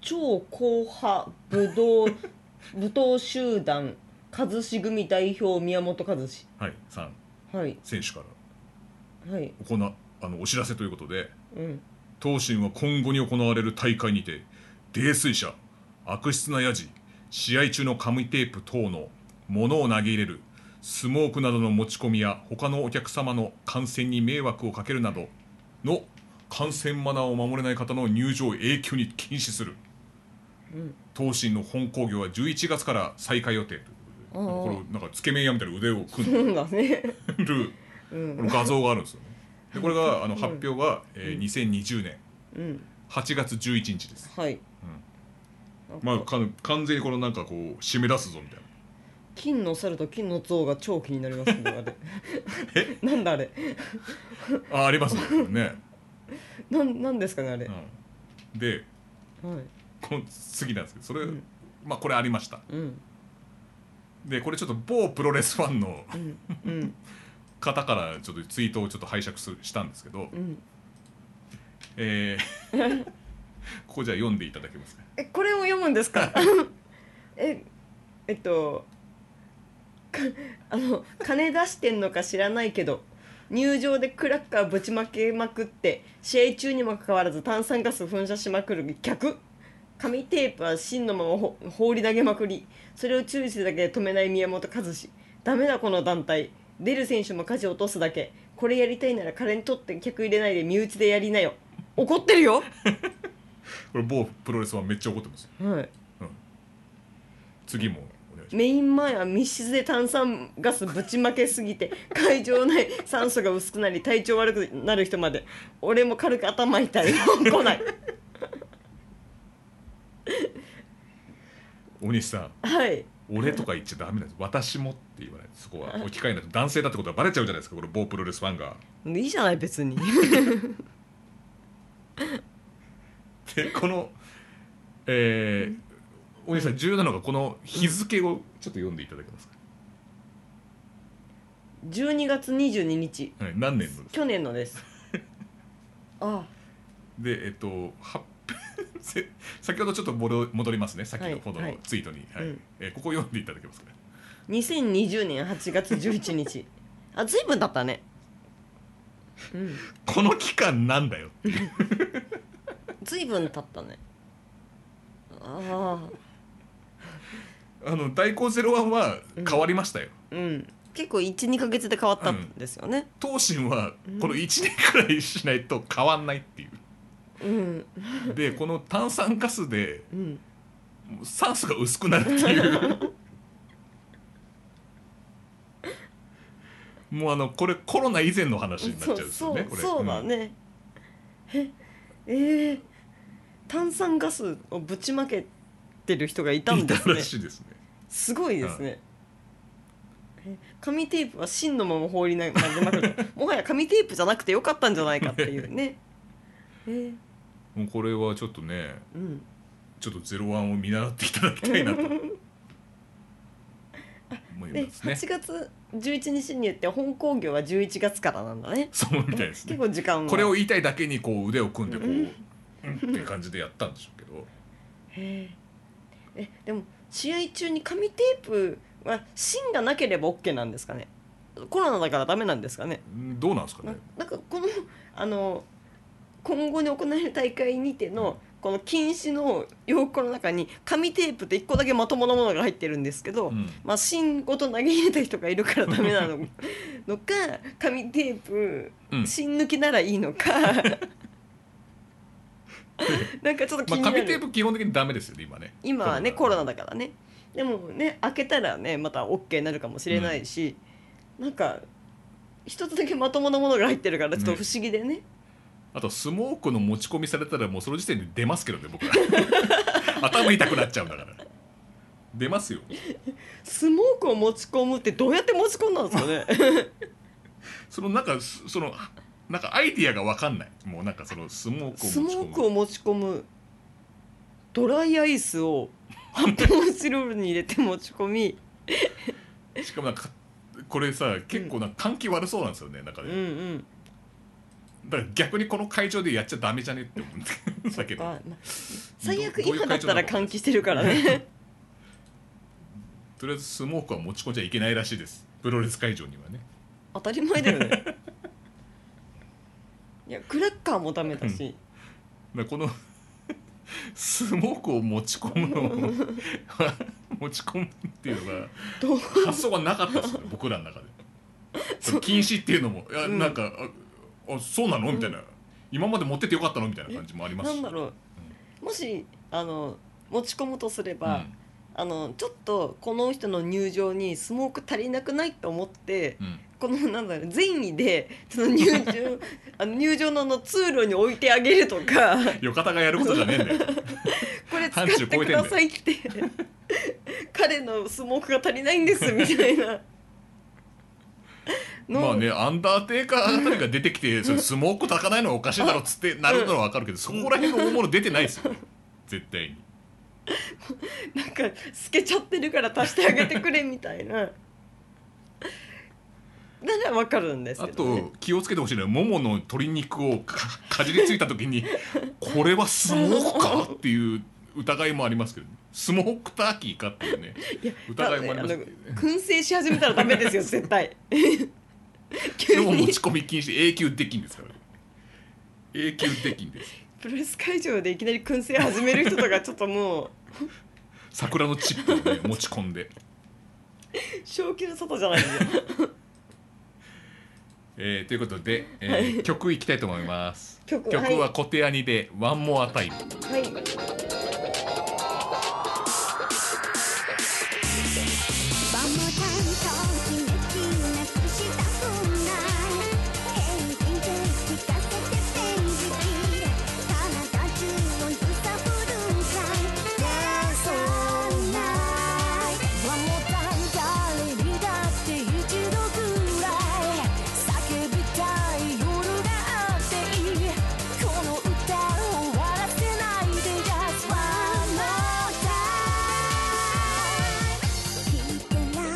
Speaker 2: 超硬派武道武闘集団一志組代表宮本和志
Speaker 3: はい、さん
Speaker 2: はい
Speaker 3: 選手から
Speaker 2: はい
Speaker 3: 行なあのお知らせということで
Speaker 2: うん <laughs>
Speaker 3: 東進は今後に行われる大会にて泥酔者悪質なやじ試合中の紙テープ等の物を投げ入れるスモークなどの持ち込みや他のお客様の感染に迷惑をかけるなどの感染マナーを守れない方の入場を永久に禁止する、東進の本興行は11月から再開予定ということで
Speaker 2: おー
Speaker 3: これなんかつけ麺屋みたいな腕を組んで
Speaker 2: そうだね
Speaker 3: るこの画像があるんですよね。でこれがあの発表が、えー、2020年
Speaker 2: うん
Speaker 3: 8月11日です。
Speaker 2: はい
Speaker 3: まあ、か完全にこのなんかこう締め出すぞみたいな
Speaker 2: 金の猿と金の象が超気になりますけ
Speaker 3: <laughs>
Speaker 2: どあれ <laughs> なんだあれ
Speaker 3: ああ
Speaker 2: <laughs>
Speaker 3: りますねこれね、
Speaker 2: なんなんですかねあれ、
Speaker 3: うん、で
Speaker 2: はい
Speaker 3: この次なんですけどそれ、
Speaker 2: うん
Speaker 3: まあこれありました
Speaker 2: うん
Speaker 3: でこれちょっと某プロレスファンの
Speaker 2: うんうん
Speaker 3: 方からちょっとツイートをちょっと拝借するしたんですけど、
Speaker 2: うん
Speaker 3: えー
Speaker 2: <laughs>
Speaker 3: ここじゃあ読んでいただけますか
Speaker 2: えこれを読むんですか <laughs> ええっと <laughs> かあの金出してんのか知らないけど入場でクラッカーぶちまけまくって試合中にもかかわらず炭酸ガス噴射しまくる客紙テープは芯のままほ放り投げまくりそれを注意するだけで止めない宮本和志ダメだこの団体出る選手も舵を落とすだけこれやりたいなら彼にとって客入れないで身内でやりなよ怒ってるよ
Speaker 3: これ某プロレスファンめっちゃ怒ってます
Speaker 2: はい
Speaker 3: 次もお願いし
Speaker 2: メイン前は密室で炭酸ガスぶちまけすぎ <laughs> て会場内酸素が薄くなり体調悪くなる人まで俺も軽く頭痛 <laughs> い来ない
Speaker 3: ます大西さん
Speaker 2: はい
Speaker 3: 俺とか言っちゃダメなんです私もって言わないとそこは置き換えないと男性だってことはバレちゃうじゃないですかこれ某プロレスファンが
Speaker 2: いいじゃない別に
Speaker 3: で <laughs> このえーお兄さん重要なのがこの日付をちょっと読んでいただけますか、
Speaker 2: 12月22日
Speaker 3: はい、何年の
Speaker 2: 去年のです <laughs> あ
Speaker 3: でえっ <laughs> と発表せ先ほどちょっと戻戻りますね先ほど
Speaker 2: はいは
Speaker 3: の
Speaker 2: い
Speaker 3: ツイートに、はい
Speaker 2: うん
Speaker 3: えーここ読んでいただけますか
Speaker 2: 2020年8月11日あ随分だったねうん
Speaker 3: この期間なんだよ
Speaker 2: 随分経ったねああ
Speaker 3: あの大根ゼロワンは変わりましたよ、
Speaker 2: うん結構12ヶ月で変わったんですよね
Speaker 3: 当心はこの1年くらいしないと変わんないっていう
Speaker 2: うん
Speaker 3: でこの炭酸ガスで
Speaker 2: うん
Speaker 3: 酸素が薄くなるって
Speaker 2: <laughs>
Speaker 3: いうもうあのこれコロナ以前の話になっちゃうんですよね
Speaker 2: そう
Speaker 3: これ
Speaker 2: そうそうだね、ええー炭酸ガスをぶちまけてる人がいた
Speaker 3: うん
Speaker 2: ん
Speaker 3: い
Speaker 2: で
Speaker 3: た
Speaker 2: すね
Speaker 3: らしいですね
Speaker 2: すごいですね、え紙テープは芯のまま放り投げまくる
Speaker 3: <laughs>
Speaker 2: もはや紙テープじゃなくてよかったんじゃないかっていうねえー
Speaker 3: もうこれはちょっとね
Speaker 2: うん、
Speaker 3: ちょっとゼロワンを見習っていただきたいな
Speaker 2: <laughs>
Speaker 3: と思い
Speaker 2: で
Speaker 3: ますね
Speaker 2: 8月11日に言って本興行は11月からなんだね
Speaker 3: そうみたいです
Speaker 2: 結
Speaker 3: ね
Speaker 2: 構時間は
Speaker 3: これを言いたいだけにこう腕を組んでこう、
Speaker 2: う
Speaker 3: うんん、って感じでやったんでしょうけど
Speaker 2: へええでも試合中に紙テープは芯がなければ OK なんですかねコロナだからダメなんですかね
Speaker 3: うんどうなんですか
Speaker 2: な
Speaker 3: ね
Speaker 2: なんかこの <laughs> あの今後に行われる大会にてのこの禁止の要項の中に紙テープって1個だけまともなものが入ってるんですけど、
Speaker 3: うん
Speaker 2: まあ芯ごと投げ入れた人がいるからダメな
Speaker 3: <laughs>
Speaker 2: ののか紙テープ
Speaker 3: うん <laughs>
Speaker 2: 芯抜きならいいのか、なんかちょっと気
Speaker 3: まあ
Speaker 2: になる、
Speaker 3: 紙テープ基本的にダメですよね今ね
Speaker 2: 今はね
Speaker 3: コ
Speaker 2: コ
Speaker 3: ロ
Speaker 2: ロナ
Speaker 3: ナ
Speaker 2: だからねでもね開けたらねまた OK になるかもしれないし、なんか一つだけまともなものが入ってるからちょっと不思議でね
Speaker 3: あとスモークの持ち込みされたらもうその時点で出ますけどね僕
Speaker 2: <laughs>
Speaker 3: ら頭痛くなっちゃうんだから出ますよ
Speaker 2: スモークを持ち込むってどうやって持ち込んだんですかね
Speaker 3: そのなんかすそのなんかアイディアが分かんないもうなんかその <laughs> スモークを持ち
Speaker 2: ス
Speaker 3: 込
Speaker 2: モ
Speaker 3: む
Speaker 2: ークを持ち込むドライアイス
Speaker 3: <laughs>
Speaker 2: を発泡スチロールに入れて持ち込み
Speaker 3: しかもなんかこれさ結構なんか換気悪そうなんですよねなんか
Speaker 2: うん
Speaker 3: ねだから逆にこの会場でやっちゃダメじゃねって思うんだけどだ
Speaker 2: う
Speaker 3: け
Speaker 2: <laughs> んあ
Speaker 3: ど
Speaker 2: ま最悪
Speaker 3: どどういう
Speaker 2: 今だったら
Speaker 3: 会場なの
Speaker 2: 換気してるからね
Speaker 3: <laughs> とりあえずスモークは持ち込んじゃいけないらしいですプロレス会場にはね
Speaker 2: 当たり前だよ
Speaker 3: <laughs>
Speaker 2: ねいやクラッカーもダメだし、
Speaker 3: だからこのスモークを持ち込むのを <laughs> 持ち込むっていうのが
Speaker 2: どう
Speaker 3: 発想がなかったですね僕らの中でその禁止っていうのもいや
Speaker 2: うん
Speaker 3: なんか、ああそうなのみたいな、今まで持っててよかったのみたいな感じもあります
Speaker 2: な
Speaker 3: し
Speaker 2: んだろうもしあの持ち込むとすれば、あのちょっとこの人の入場にスモーク足りなくないと思って
Speaker 3: うんうん
Speaker 2: このなんだろう善意でその入場
Speaker 3: <laughs>
Speaker 2: あの入場のあの通路に置いてあげるとか
Speaker 3: よかたがやることじゃねえんだよ
Speaker 2: これ使
Speaker 3: 範疇
Speaker 2: っ
Speaker 3: を超
Speaker 2: て
Speaker 3: えてん
Speaker 2: く
Speaker 3: だよ
Speaker 2: ださいって彼のスモークが足りないんですみたいな <laughs> の、
Speaker 3: <laughs> まあねアンダーテイカーあたりが出てきてそれスモーク炊かないのはおかしいだろっつってなるのはわかるけどそこら辺の大物出てないですよ絶対に
Speaker 2: なんか透けちゃってるから足してあげてくれみたいな。ならわかるんです
Speaker 3: あ
Speaker 2: けど、ね、
Speaker 3: と気をつけてほしいのはももの鶏肉をかかじりついた
Speaker 2: <laughs>
Speaker 3: 時にこれはスモークかっていう疑いもありますけど、ね、スモークターキーかっていうね疑いもありますけどね
Speaker 2: あの燻製し始めたらダメですよ絶対
Speaker 3: <laughs> で
Speaker 2: 急
Speaker 3: も持
Speaker 2: に
Speaker 3: ち込み禁止永久できんですからね永久できんです
Speaker 2: プロレス会場でいきなり燻製始める人とかちょっとも
Speaker 3: 桜のチップをね持ち込んで
Speaker 2: う正気の外じゃないですよ
Speaker 3: えーということで、えー曲いきたいと思います
Speaker 2: 曲
Speaker 3: 曲はコテアニで「ワンモアタイム
Speaker 2: はい
Speaker 4: 「バンモタンときめきなくしたくない」「エンジンで聞かせてペンジキ」「体中を揺さぶるかい」「ダンスない」「ワンモタン誰にだって一度くらい」「叫びたい夜があっていい」「この歌を終わらせないで Just one more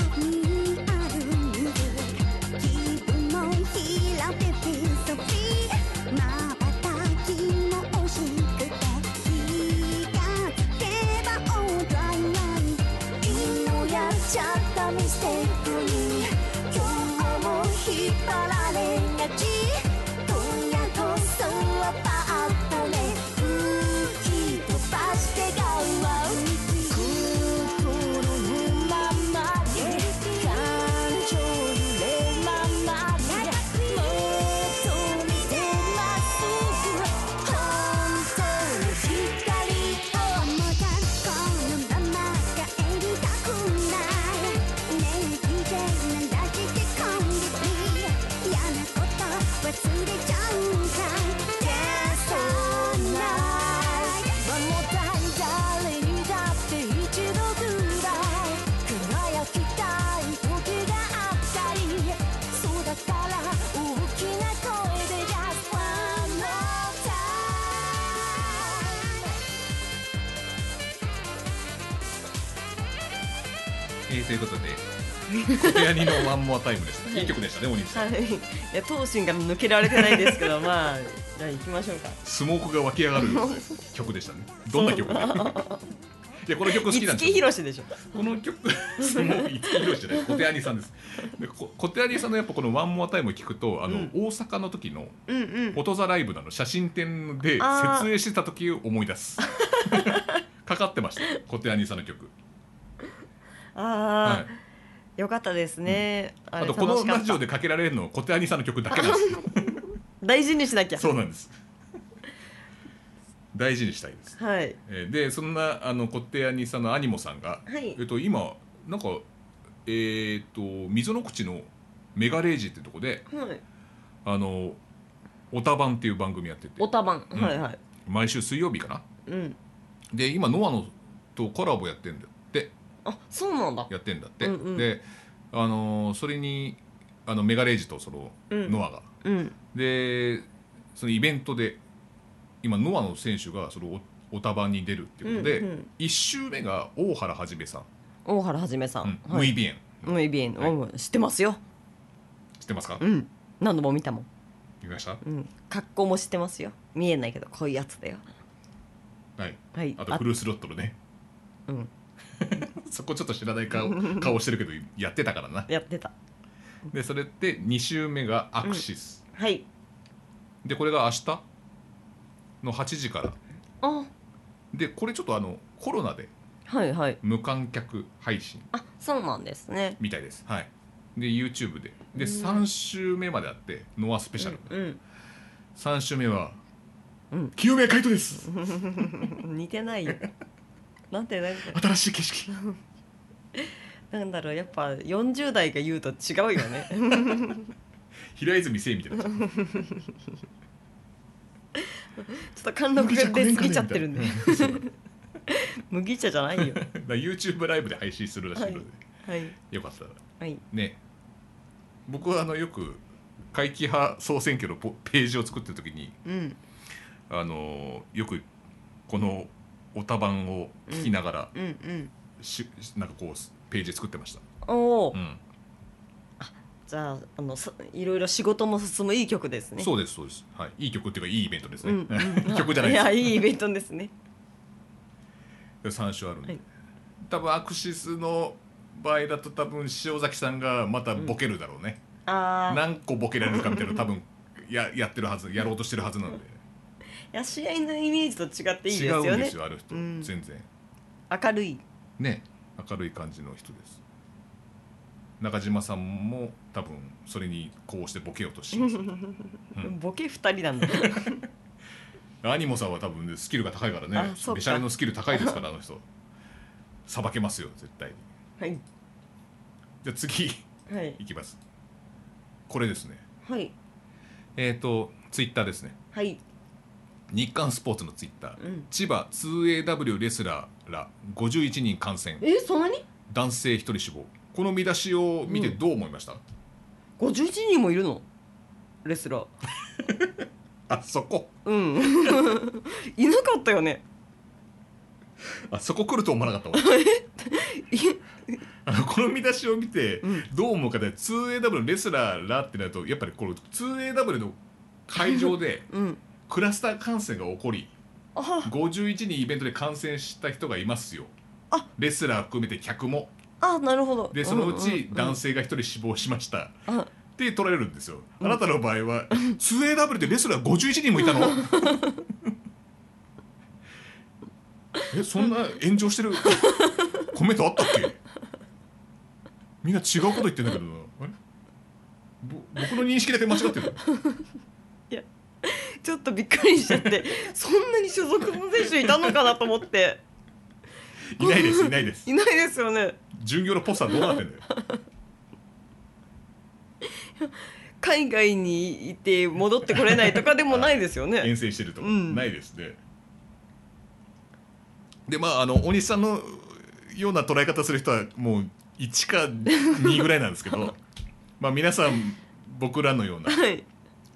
Speaker 4: time」「ひとらにあるぬる」「気分もひらめてそび」「まばたきも惜しくて」「気がつけばオーライない」「いいのやっちゃったミステイクに」「今日も引っ張られがち」「今夜こそはパッとね」「吹き飛ばしてがわう」心のままで感情のままでもっと見てまっすぐ本当の光をもたこのまま帰りたくないねえいてならして今月嫌なこと忘れちゃうんかい Just a「ワンモータイム誰にだって一度くらい」「輝きたい時があったり」「そうだから大きな声で Just one more time」
Speaker 3: えーということでコテアニの「ワンモアタイムでしたいい曲でしたねお兄さん
Speaker 2: はいいや闘心が抜けられてないですけどまあじゃあ行きましょうか
Speaker 3: スモークが湧き上がる
Speaker 2: <laughs>
Speaker 3: 曲でしたねどんな曲いやこの曲好きなん
Speaker 2: 五木
Speaker 3: です
Speaker 2: ひ
Speaker 3: よ
Speaker 2: ろしでしょ
Speaker 3: この曲スモーク五木ひろしじゃない小手アニさんですでこ小手アニさんのやっぱこの「ワンモアタイムを聞くとあの、
Speaker 2: うん
Speaker 3: 大阪の時の
Speaker 2: うんうん
Speaker 3: フォトザライブなの写真展で
Speaker 2: あー
Speaker 3: 設営してた時を思い
Speaker 2: <laughs>
Speaker 3: 出すかかってました小手アニさんの曲
Speaker 2: ああ、
Speaker 3: はい
Speaker 2: よかったですね、あ
Speaker 3: あ
Speaker 2: れ
Speaker 3: と
Speaker 2: 楽
Speaker 3: この
Speaker 2: しか
Speaker 3: ラ
Speaker 2: っ
Speaker 3: ジオ
Speaker 2: た
Speaker 3: でかけられるのは小手アニさんの曲だけなんですよ
Speaker 2: 大事にしなきゃ
Speaker 3: そうなんです大事にしたいです、
Speaker 2: はい
Speaker 3: えーでそんなあのコッテアニさんのアニモさんが、
Speaker 2: はい
Speaker 3: えっと、今なんかえーっと溝の口のメガレージってとこで
Speaker 2: はい
Speaker 3: あの「オタバン」っていう番組やってて
Speaker 2: おたばん、
Speaker 3: うん
Speaker 2: はいはい
Speaker 3: 毎週水曜日かな
Speaker 2: うん
Speaker 3: で今ノアのとコラボやってんだって
Speaker 2: あそうなんだ
Speaker 3: やってんだって、
Speaker 2: うんうん
Speaker 3: であのーそれにあのメガレージとその
Speaker 2: うん
Speaker 3: ノアが、
Speaker 2: うん
Speaker 3: でそのイベントで今ノアの選手がそのおおたばに出るっていうことで、
Speaker 2: うんうん
Speaker 3: 1周目が大原はじめさん、
Speaker 2: 大原はじめさ
Speaker 3: うんん、
Speaker 2: は
Speaker 3: ムイ
Speaker 2: い
Speaker 3: ビエン
Speaker 2: ムイビエン、
Speaker 3: はい
Speaker 2: うん知ってますよ
Speaker 3: 知ってますか、
Speaker 2: うん何度も見たもん、
Speaker 3: 見ました、
Speaker 2: うん、格好も知ってますよ見えないけどこういうやつだよ
Speaker 3: はい
Speaker 2: はい
Speaker 3: あとフルスロットルね <laughs>
Speaker 2: うん
Speaker 3: そこちょっと知らな
Speaker 2: <laughs>
Speaker 3: い顔顔してるけどやってたからな
Speaker 2: やってた
Speaker 3: でそれって2周目がアクシス、
Speaker 2: はい
Speaker 3: でこれが明日の8時から
Speaker 2: あ
Speaker 3: でこれちょっとあのコロナで
Speaker 2: はいはい
Speaker 3: 無観客配信
Speaker 2: あそうなんですね
Speaker 3: みたいですはいで YouTube でで
Speaker 2: うん
Speaker 3: 3週目まであってノアスペシャル、
Speaker 2: うん、
Speaker 3: 3週目は
Speaker 2: うん
Speaker 3: 清宮海斗です
Speaker 2: うん、 <laughs> 似て
Speaker 3: <laughs>
Speaker 2: ないよなんてなんか
Speaker 3: 新しい景色
Speaker 2: なんだろうやっぱ40代が言うと違うよ
Speaker 3: <laughs>
Speaker 2: ね
Speaker 3: 平泉聖みたいな
Speaker 2: ちょっと貫禄が出過ぎちゃってるんで
Speaker 3: 麦
Speaker 2: 麦茶
Speaker 3: 茶五年間みたいな <laughs> うんそう
Speaker 2: じゃ
Speaker 3: <laughs>
Speaker 2: ないよ
Speaker 3: だから YouTube ライブで配信するらしいので、
Speaker 2: はいはい
Speaker 3: よかったら
Speaker 2: はい
Speaker 3: ね僕はあのよく会期派総選挙のポページを作ってる時に
Speaker 2: うん
Speaker 3: あのよくこのおたばんを聞きながら、
Speaker 2: うんうん
Speaker 3: しなんかこうページ作ってました、
Speaker 2: おお、
Speaker 3: うん、
Speaker 2: じゃああのさいろいろ仕事も進むいい曲ですね
Speaker 3: そうですそうです、はい、いい曲っていうかいいイベントですね、
Speaker 2: ん
Speaker 3: <laughs>
Speaker 2: ん
Speaker 3: 曲じゃないで
Speaker 2: や
Speaker 3: す
Speaker 2: <laughs> いいイベントですね
Speaker 3: 3種あるんで、
Speaker 2: はい
Speaker 3: 多分アクシスの場合だと多分塩崎さんがまたボケるだろうね、
Speaker 2: ああ
Speaker 3: 何個ボケられるかみたいなの多分ややってるはずやろうとしてるはずなので
Speaker 2: やし合いのイメージと違っていいです
Speaker 3: 違うん
Speaker 2: よ
Speaker 3: で
Speaker 2: ね
Speaker 3: すよある人、
Speaker 2: うん
Speaker 3: 全然
Speaker 2: 明るい
Speaker 3: ね明るい感じの人です中島さんも多分それにこうしてボケようと
Speaker 2: <laughs>
Speaker 3: しますうん
Speaker 2: ボケ二人なん
Speaker 3: <laughs>
Speaker 2: だ
Speaker 3: アニモさんは多分ねスキルが高いからね
Speaker 2: あそうか
Speaker 3: ベシャレのスキル高いですからあの人さばけますよ絶対に
Speaker 2: はい
Speaker 3: じゃあ次
Speaker 2: はい
Speaker 3: いきますこれですね
Speaker 2: はい
Speaker 3: えっ、とツイッターですね
Speaker 2: はい
Speaker 3: 日刊スポーツのツイッター、
Speaker 2: うん
Speaker 3: 千葉 2AW レスラーら51人感染
Speaker 2: えそんなに
Speaker 3: 男性1人死亡この見出しを見てどう思いました、
Speaker 2: 51人もいるのレスラー
Speaker 3: あそこ
Speaker 2: うん <laughs> いなかったよね
Speaker 3: あそこ来ると思わなかった <laughs> わ <laughs> あのこの見出しを見て
Speaker 2: ん
Speaker 3: どう思うかで 2AW レスラーらってなるとやっぱりこの 2AW の会場 <laughs> で
Speaker 2: うん
Speaker 3: クラスター感染が起こり
Speaker 2: あ
Speaker 3: 51人イベントで感染した人がいますよ
Speaker 2: あ
Speaker 3: レスラー含めて客も
Speaker 2: あなるほど
Speaker 3: でそのうち男
Speaker 2: ス、
Speaker 3: 性が1人死亡しました
Speaker 2: うんあ
Speaker 3: って取られるんですよ、あなたの場合は 2AW でレスラー51人もいたのえそんな炎上してるコメントあったっけみんな違うこと言ってんだけどなあれぼ僕の認識だけ間違ってる
Speaker 2: ちょっとびっくりしちゃってそんなに所属の選手いたのかなと思って
Speaker 3: いないですいないで
Speaker 2: <laughs>
Speaker 3: す
Speaker 2: いないですよね
Speaker 3: 巡業のポスターどうなってんだよ
Speaker 2: 海外にいて戻ってこれないとかでもないですよ <laughs> ね
Speaker 3: 遠征してるとか、
Speaker 2: うん
Speaker 3: ないですねでまああの大西さんのような捉え方する人はもう1か2ぐらいなんです
Speaker 2: <laughs>
Speaker 3: けどまあ皆さん僕らのような
Speaker 2: はい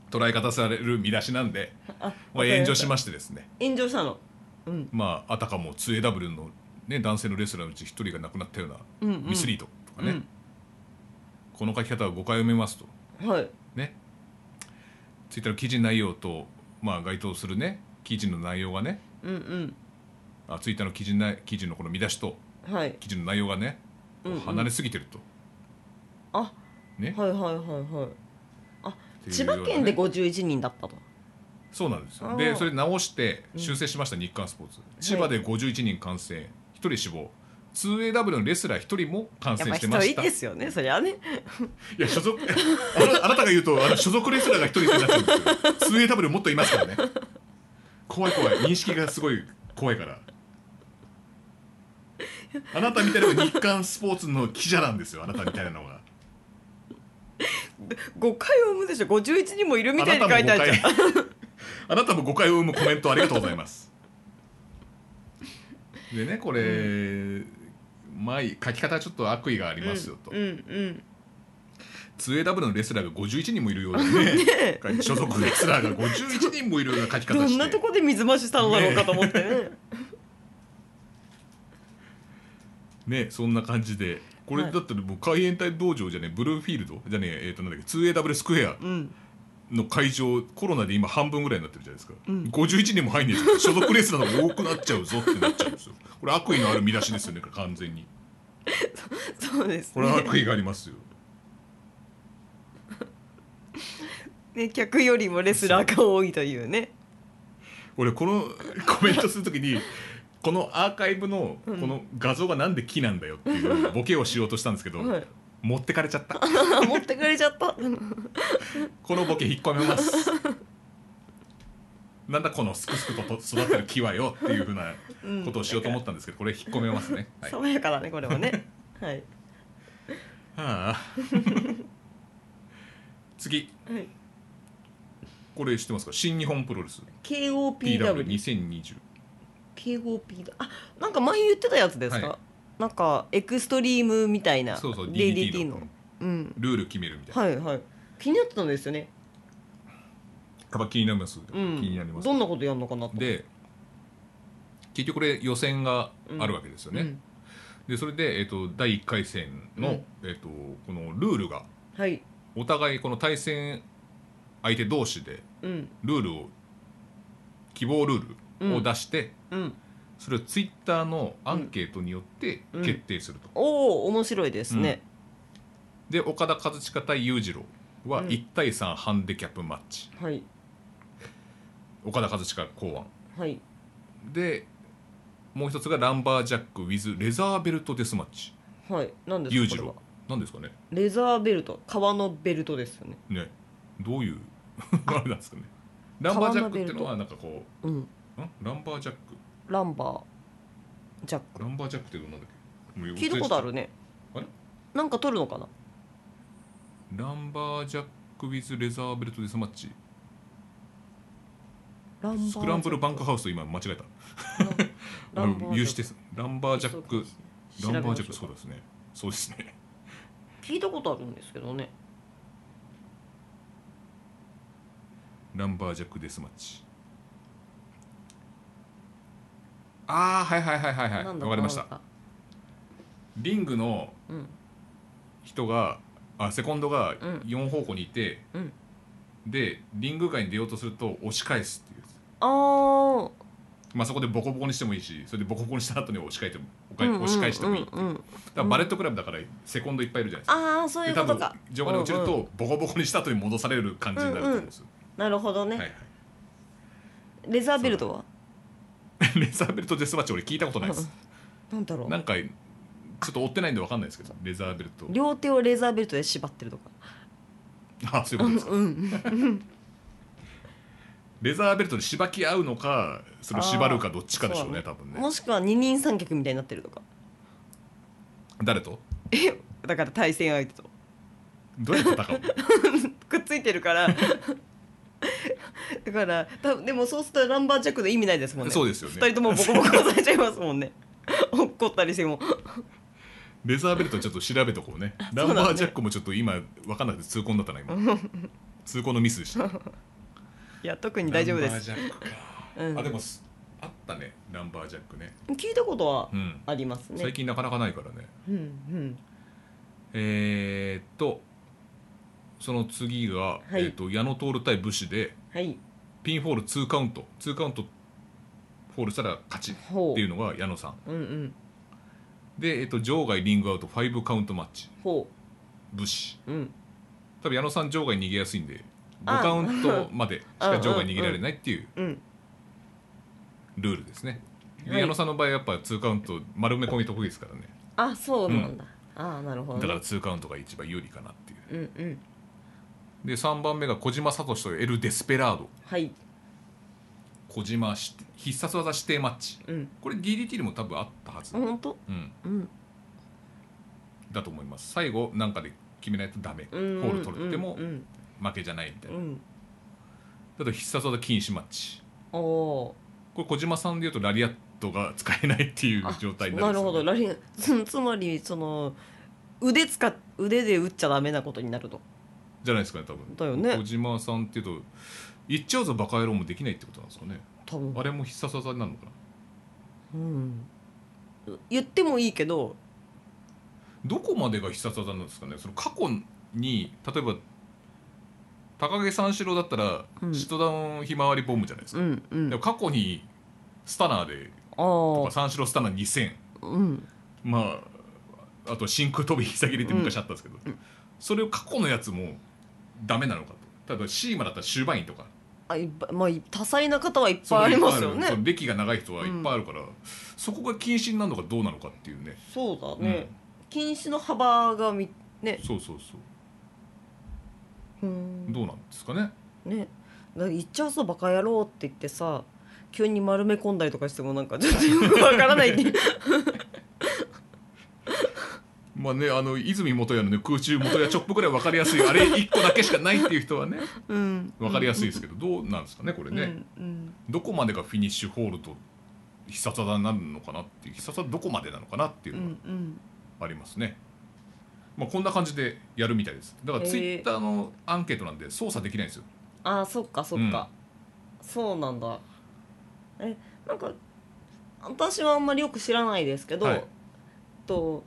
Speaker 3: 捉え方される見出しなんで、
Speaker 2: あ
Speaker 3: まあ、炎上しましてですね
Speaker 2: 炎上したのうん
Speaker 3: まああたかも 2AW の、ね、男性のレスラーのうち1人が亡くなったよう
Speaker 2: うん
Speaker 3: な
Speaker 2: うん
Speaker 3: ミスリードとかね、この書き方は誤解を埋めますと
Speaker 2: はい
Speaker 3: ねツイッターの記事内容と、まあ、該当するね記事の内容がね
Speaker 2: うん
Speaker 3: あツイッターの記事な記事のこの見出しと
Speaker 2: うんはい
Speaker 3: 記事の内容がね、
Speaker 2: うんうん
Speaker 3: 離れすぎてると
Speaker 2: あ
Speaker 3: ね
Speaker 2: はいはいはいはいあ
Speaker 3: ていう
Speaker 2: 千
Speaker 3: ような
Speaker 2: 葉
Speaker 3: ね
Speaker 2: 県で51人だったと
Speaker 3: そうなんです
Speaker 2: あ
Speaker 3: よ
Speaker 2: ー
Speaker 3: でそれ直して修正しました、日刊スポーツ千葉で51人感染、1人死亡 2AW のレスラー1人も感
Speaker 2: やっぱ
Speaker 3: 染して
Speaker 2: 一
Speaker 3: まし
Speaker 2: 人
Speaker 3: た
Speaker 2: ですよねそりゃね
Speaker 3: いや所属 <laughs>
Speaker 2: <laughs>
Speaker 3: あなあなたが言うとあの所属レスラーが1人ってなっちゃうんですよ 2AW もっといますからね怖い怖い認識がすごい怖いからあなたみたいなのが日刊スポーツの記者なんですよあなたみたいなのが
Speaker 2: 誤解を生むでしょ51人もいるみたいに書いてあるじゃん
Speaker 3: あなたも誤解 <laughs> あなたも誤解を生むコメントありがとうございますでねこれ、まあいい書き方はちょっと悪意がありますよと、
Speaker 2: うんうん
Speaker 3: 2AW のレスラーが51人もいるよう
Speaker 2: <laughs>
Speaker 3: なね所属レスラーが51人もいるような書き
Speaker 2: ど
Speaker 3: 方して
Speaker 2: んなとこで水増ししたのだろうかと思ってね
Speaker 3: ねそんな感じでこれ
Speaker 2: はい
Speaker 3: だったらもう海援隊道場じゃねブルーフィールドじゃねええーとなんだっけ 2AW スクエア
Speaker 2: うん
Speaker 3: の会場コロナで今半分ぐらいになってるじゃないですか、
Speaker 2: ん
Speaker 3: 51人も入んねえぞ所属レスラーの方が多くなっちゃうぞってなっちゃうんですよこれ悪意のある見出しですよね完全に
Speaker 2: そうです
Speaker 3: これは
Speaker 2: ね
Speaker 3: 悪意がありますよ
Speaker 2: ね客よりもレスラーが多いというね
Speaker 3: 俺このコメントするときにこのアーカイブのこの画像がなんで木なんだよっていうボケをしようとしたんですけど、
Speaker 2: はい <laughs>
Speaker 3: 持ってかれちゃった
Speaker 2: あ持ってくれちゃった
Speaker 3: このボケ引っ込めますなんだこのすくすくと育ってる木はよっていうふうなことをしようと思ったんですけどこれ引っ込めますね、はい、は
Speaker 2: 爽やかだねこれはねはい <laughs>
Speaker 3: あ次
Speaker 2: はい
Speaker 3: これ知ってますか新日本プロレス
Speaker 2: KOPW
Speaker 3: PW2020
Speaker 2: KOP だあなんか前言ってたやつですか、
Speaker 3: はい
Speaker 2: なんかエクストリームみたいな
Speaker 3: そうそう
Speaker 2: DDT
Speaker 3: DDT
Speaker 2: の
Speaker 3: の
Speaker 2: うん
Speaker 3: ルール決めるみたいな、
Speaker 2: はいはい気になってたんですよね、
Speaker 3: やっぱ気になります、
Speaker 2: うん、
Speaker 3: 気になります
Speaker 2: どんなことやるのかなと
Speaker 3: で結局これ予選があるわけですよね、
Speaker 2: うん
Speaker 3: でそれで、えっと第1回戦
Speaker 2: う
Speaker 3: の、
Speaker 2: ん
Speaker 3: えっとこのルールが
Speaker 2: はい
Speaker 3: お互いこの対戦相手同士で
Speaker 2: うん
Speaker 3: ルールを希望ルールを出して、
Speaker 2: うん
Speaker 3: それをツイッターのアンケートによって
Speaker 2: うん
Speaker 3: 決定すると、
Speaker 2: おお面白いですね、
Speaker 3: で岡田和親対裕次郎は
Speaker 2: うん
Speaker 3: 1対3ハンデキャップマッチ、
Speaker 2: はい
Speaker 3: 岡田和親考
Speaker 2: はい
Speaker 3: 案でもう一つがランバージャック with レザーベルトデスマッチ
Speaker 2: はい何ですか
Speaker 3: 裕次
Speaker 2: これ
Speaker 3: 郎
Speaker 2: は
Speaker 3: なんですかね
Speaker 2: レザーベルト革のベルトですよね
Speaker 3: ねどういうあれ <laughs> なんですかねランバージャックっての
Speaker 2: 革
Speaker 3: はなんかこ
Speaker 2: うん
Speaker 3: ううんランバージャック
Speaker 2: ランバージャッ
Speaker 3: ランバージャックってどうなんだっけもう忘れ
Speaker 2: 聞い
Speaker 3: ちゃ
Speaker 2: た
Speaker 3: っ
Speaker 2: ことあるね
Speaker 3: あれ
Speaker 2: なんか取るのかな
Speaker 3: ランバージャック with レザーベルトデスマッチ
Speaker 2: ランバー
Speaker 3: スクランブルバンクハウスと今間違えた
Speaker 2: ランバ
Speaker 3: <laughs>
Speaker 2: ージャック
Speaker 3: 有刺鉄ランバージャック
Speaker 2: そう
Speaker 3: ラン
Speaker 2: か
Speaker 3: バージャック
Speaker 2: 調
Speaker 3: そう
Speaker 2: べましょ
Speaker 3: ですねそうですね
Speaker 2: う聞いたことあるんですけどね
Speaker 3: ランバージャックデスマッチああはいはいはいはいはい
Speaker 2: なんだ
Speaker 3: わかりまし
Speaker 2: なん
Speaker 3: た
Speaker 2: だ
Speaker 3: リングの
Speaker 2: うん
Speaker 3: 人があセコンドが
Speaker 2: うん
Speaker 3: 4方向にいて、
Speaker 2: うん
Speaker 3: でリング外に出ようとすると押し返すっていう
Speaker 2: あー
Speaker 3: まあそこでボコボコにしてもいいしそれでボコボコにした後に押し返しても
Speaker 2: うんうん
Speaker 3: 押し返してもいい、
Speaker 2: うんうん
Speaker 3: だからバレットクラブだからセコンドいっぱいいるじゃないですか
Speaker 2: ああそうい
Speaker 3: で
Speaker 2: う
Speaker 3: 多
Speaker 2: こと
Speaker 3: 分
Speaker 2: か
Speaker 3: 場外に落ち
Speaker 2: う
Speaker 3: る
Speaker 2: んうん
Speaker 3: とボコボコにした後に戻される感じになると思うんですよ、
Speaker 2: なるほどね、
Speaker 3: はい <laughs>
Speaker 2: レザーベルトは
Speaker 3: はい、レザーベルトデスマッチ俺聞いたことないです
Speaker 2: なんだろ
Speaker 3: な
Speaker 2: うん
Speaker 3: かちょっと追ってないんでわかんないですけどレザーベルト
Speaker 2: 両手をレザーベルトで縛ってるとか
Speaker 3: <laughs> あそういうことです
Speaker 2: <laughs>
Speaker 3: か
Speaker 2: うん
Speaker 3: レザーベルトでしばき合うのかそれを縛るかどっちかでしょうね
Speaker 2: あー
Speaker 3: 多分ね
Speaker 2: もしくは二人三脚みたいになってるとか
Speaker 3: 誰と
Speaker 2: えだから対戦相手と
Speaker 3: どうやって
Speaker 2: <laughs>
Speaker 3: 戦うの
Speaker 2: くっついてるからだから多分でもそうするとランバージャックの意味ないですもんね
Speaker 3: そうですよね
Speaker 2: 2人ともボコボコされちゃいますもんね <laughs> 怒ったりしても
Speaker 3: レザーベルトちょっと調べとこうねランバージャックもちょっと今わかんなくて痛恨だった
Speaker 2: <laughs>
Speaker 3: な今痛恨のミスでした
Speaker 2: いや特に大丈夫です、
Speaker 3: ランバージャックか
Speaker 2: うん
Speaker 3: あでもすあったねランバージャックね
Speaker 2: 聞いたことは
Speaker 3: うん
Speaker 2: ありますね
Speaker 3: 最近なかなかないからね
Speaker 2: うんうん
Speaker 3: えー、っとその次が、
Speaker 2: い
Speaker 3: えーっと矢野徹対武士で
Speaker 2: はい
Speaker 3: ピンフォール2カウント2カウントフォールしたら勝ち
Speaker 2: ほう
Speaker 3: っていうのが矢野さん
Speaker 2: うんうん
Speaker 3: で、えーっと場外リングアウト5カウントマッチ
Speaker 2: ほ
Speaker 3: 武士
Speaker 2: ううん
Speaker 3: 多分矢野さん場外逃げやすいんで
Speaker 2: あ
Speaker 3: 5カウントまでしか場外逃げられないっていう
Speaker 2: うん
Speaker 3: ルールですね、で
Speaker 2: はい
Speaker 3: 矢野さんの場合やっぱ2カウント丸め込み得意ですからね
Speaker 2: あそうなんだ、ああなるほど、
Speaker 3: だ
Speaker 2: ね、
Speaker 3: から2カウントが一番有利かなっていう
Speaker 2: うんうん
Speaker 3: で3番目が小島聡とエル・デスペラード
Speaker 2: はい
Speaker 3: 小島し必殺技指定マッチ
Speaker 2: うん
Speaker 3: これ DDT でも多分あったはず、
Speaker 2: あ本当
Speaker 3: うん、
Speaker 2: うん
Speaker 3: だと思います最後なんかで決めないとダメホ
Speaker 2: うん
Speaker 3: ール取っても
Speaker 2: うん
Speaker 3: 負けじゃないみた
Speaker 2: う
Speaker 3: い
Speaker 2: ん
Speaker 3: な
Speaker 2: う
Speaker 3: だ
Speaker 2: ん
Speaker 3: と必殺技禁止マッチ
Speaker 2: おお
Speaker 3: これ小島さんでいうとラリアットが使えないっていう
Speaker 2: ーあ
Speaker 3: 状態にな
Speaker 2: な
Speaker 3: る
Speaker 2: る
Speaker 3: んです
Speaker 2: ほ
Speaker 3: よ
Speaker 2: どラリン <laughs> つつまりその腕使っ腕で打っちゃダメなことになると
Speaker 3: じゃないですかね多分
Speaker 2: だよね
Speaker 3: 小島さんっていうと言っちゃうぞバカ野郎もできないってことなんですかね
Speaker 2: 多分
Speaker 3: あれも必殺技になるのかな
Speaker 2: うん言ってもいいけど
Speaker 3: どこまでが必殺技なんですかねその過去に例えば高木三四郎だったら
Speaker 2: うん
Speaker 3: シトダウンひまわりボムじゃないです
Speaker 2: う
Speaker 3: か、
Speaker 2: んう
Speaker 3: で
Speaker 2: ん
Speaker 3: も過去にスタナーで
Speaker 2: あ
Speaker 3: と
Speaker 2: あ
Speaker 3: か三四郎スタナー2000
Speaker 2: うん
Speaker 3: まああと真空飛び膝切れって昔あったんですけど、
Speaker 2: うん
Speaker 3: それを過去のやつもダメなのかと例えばシーマだったら終盤員とか
Speaker 2: あいっぱいまあ多彩な方はいっぱいありますよ
Speaker 3: その
Speaker 2: ね
Speaker 3: 歴が長い人はいっぱいあるから、そこが禁止になるのかどうなのかっていうね、
Speaker 2: そうだね禁止の幅がみね
Speaker 3: そうそうそう
Speaker 2: うん
Speaker 3: どうなんですかね
Speaker 2: ねだから言っちゃうぞバカ野郎って言ってさ急に丸め込んだりとかしてもなんかちょっとよくわからないっていう
Speaker 3: まあねあの泉元彌の、ね、空中元彌チョップぐらい分かりやすいあれ1個だけしかないっていう人はね
Speaker 2: うん
Speaker 3: 分かりやすいですけど、どうなんですかねこれね、
Speaker 2: うん
Speaker 3: どこまでがフィニッシュホールと必殺技になるのかなっていう必殺技どこまでなのかなっていううん
Speaker 2: う
Speaker 3: の
Speaker 2: んうん
Speaker 3: がありますね、まあ、こんな感じでやるみたいですだから
Speaker 2: へえ
Speaker 3: ツイッターのアンケートなんで操作できないんですよ
Speaker 2: ああそっかそっか、そうなんだえなんか私はあんまりよく知らないですけど、
Speaker 3: はい
Speaker 2: と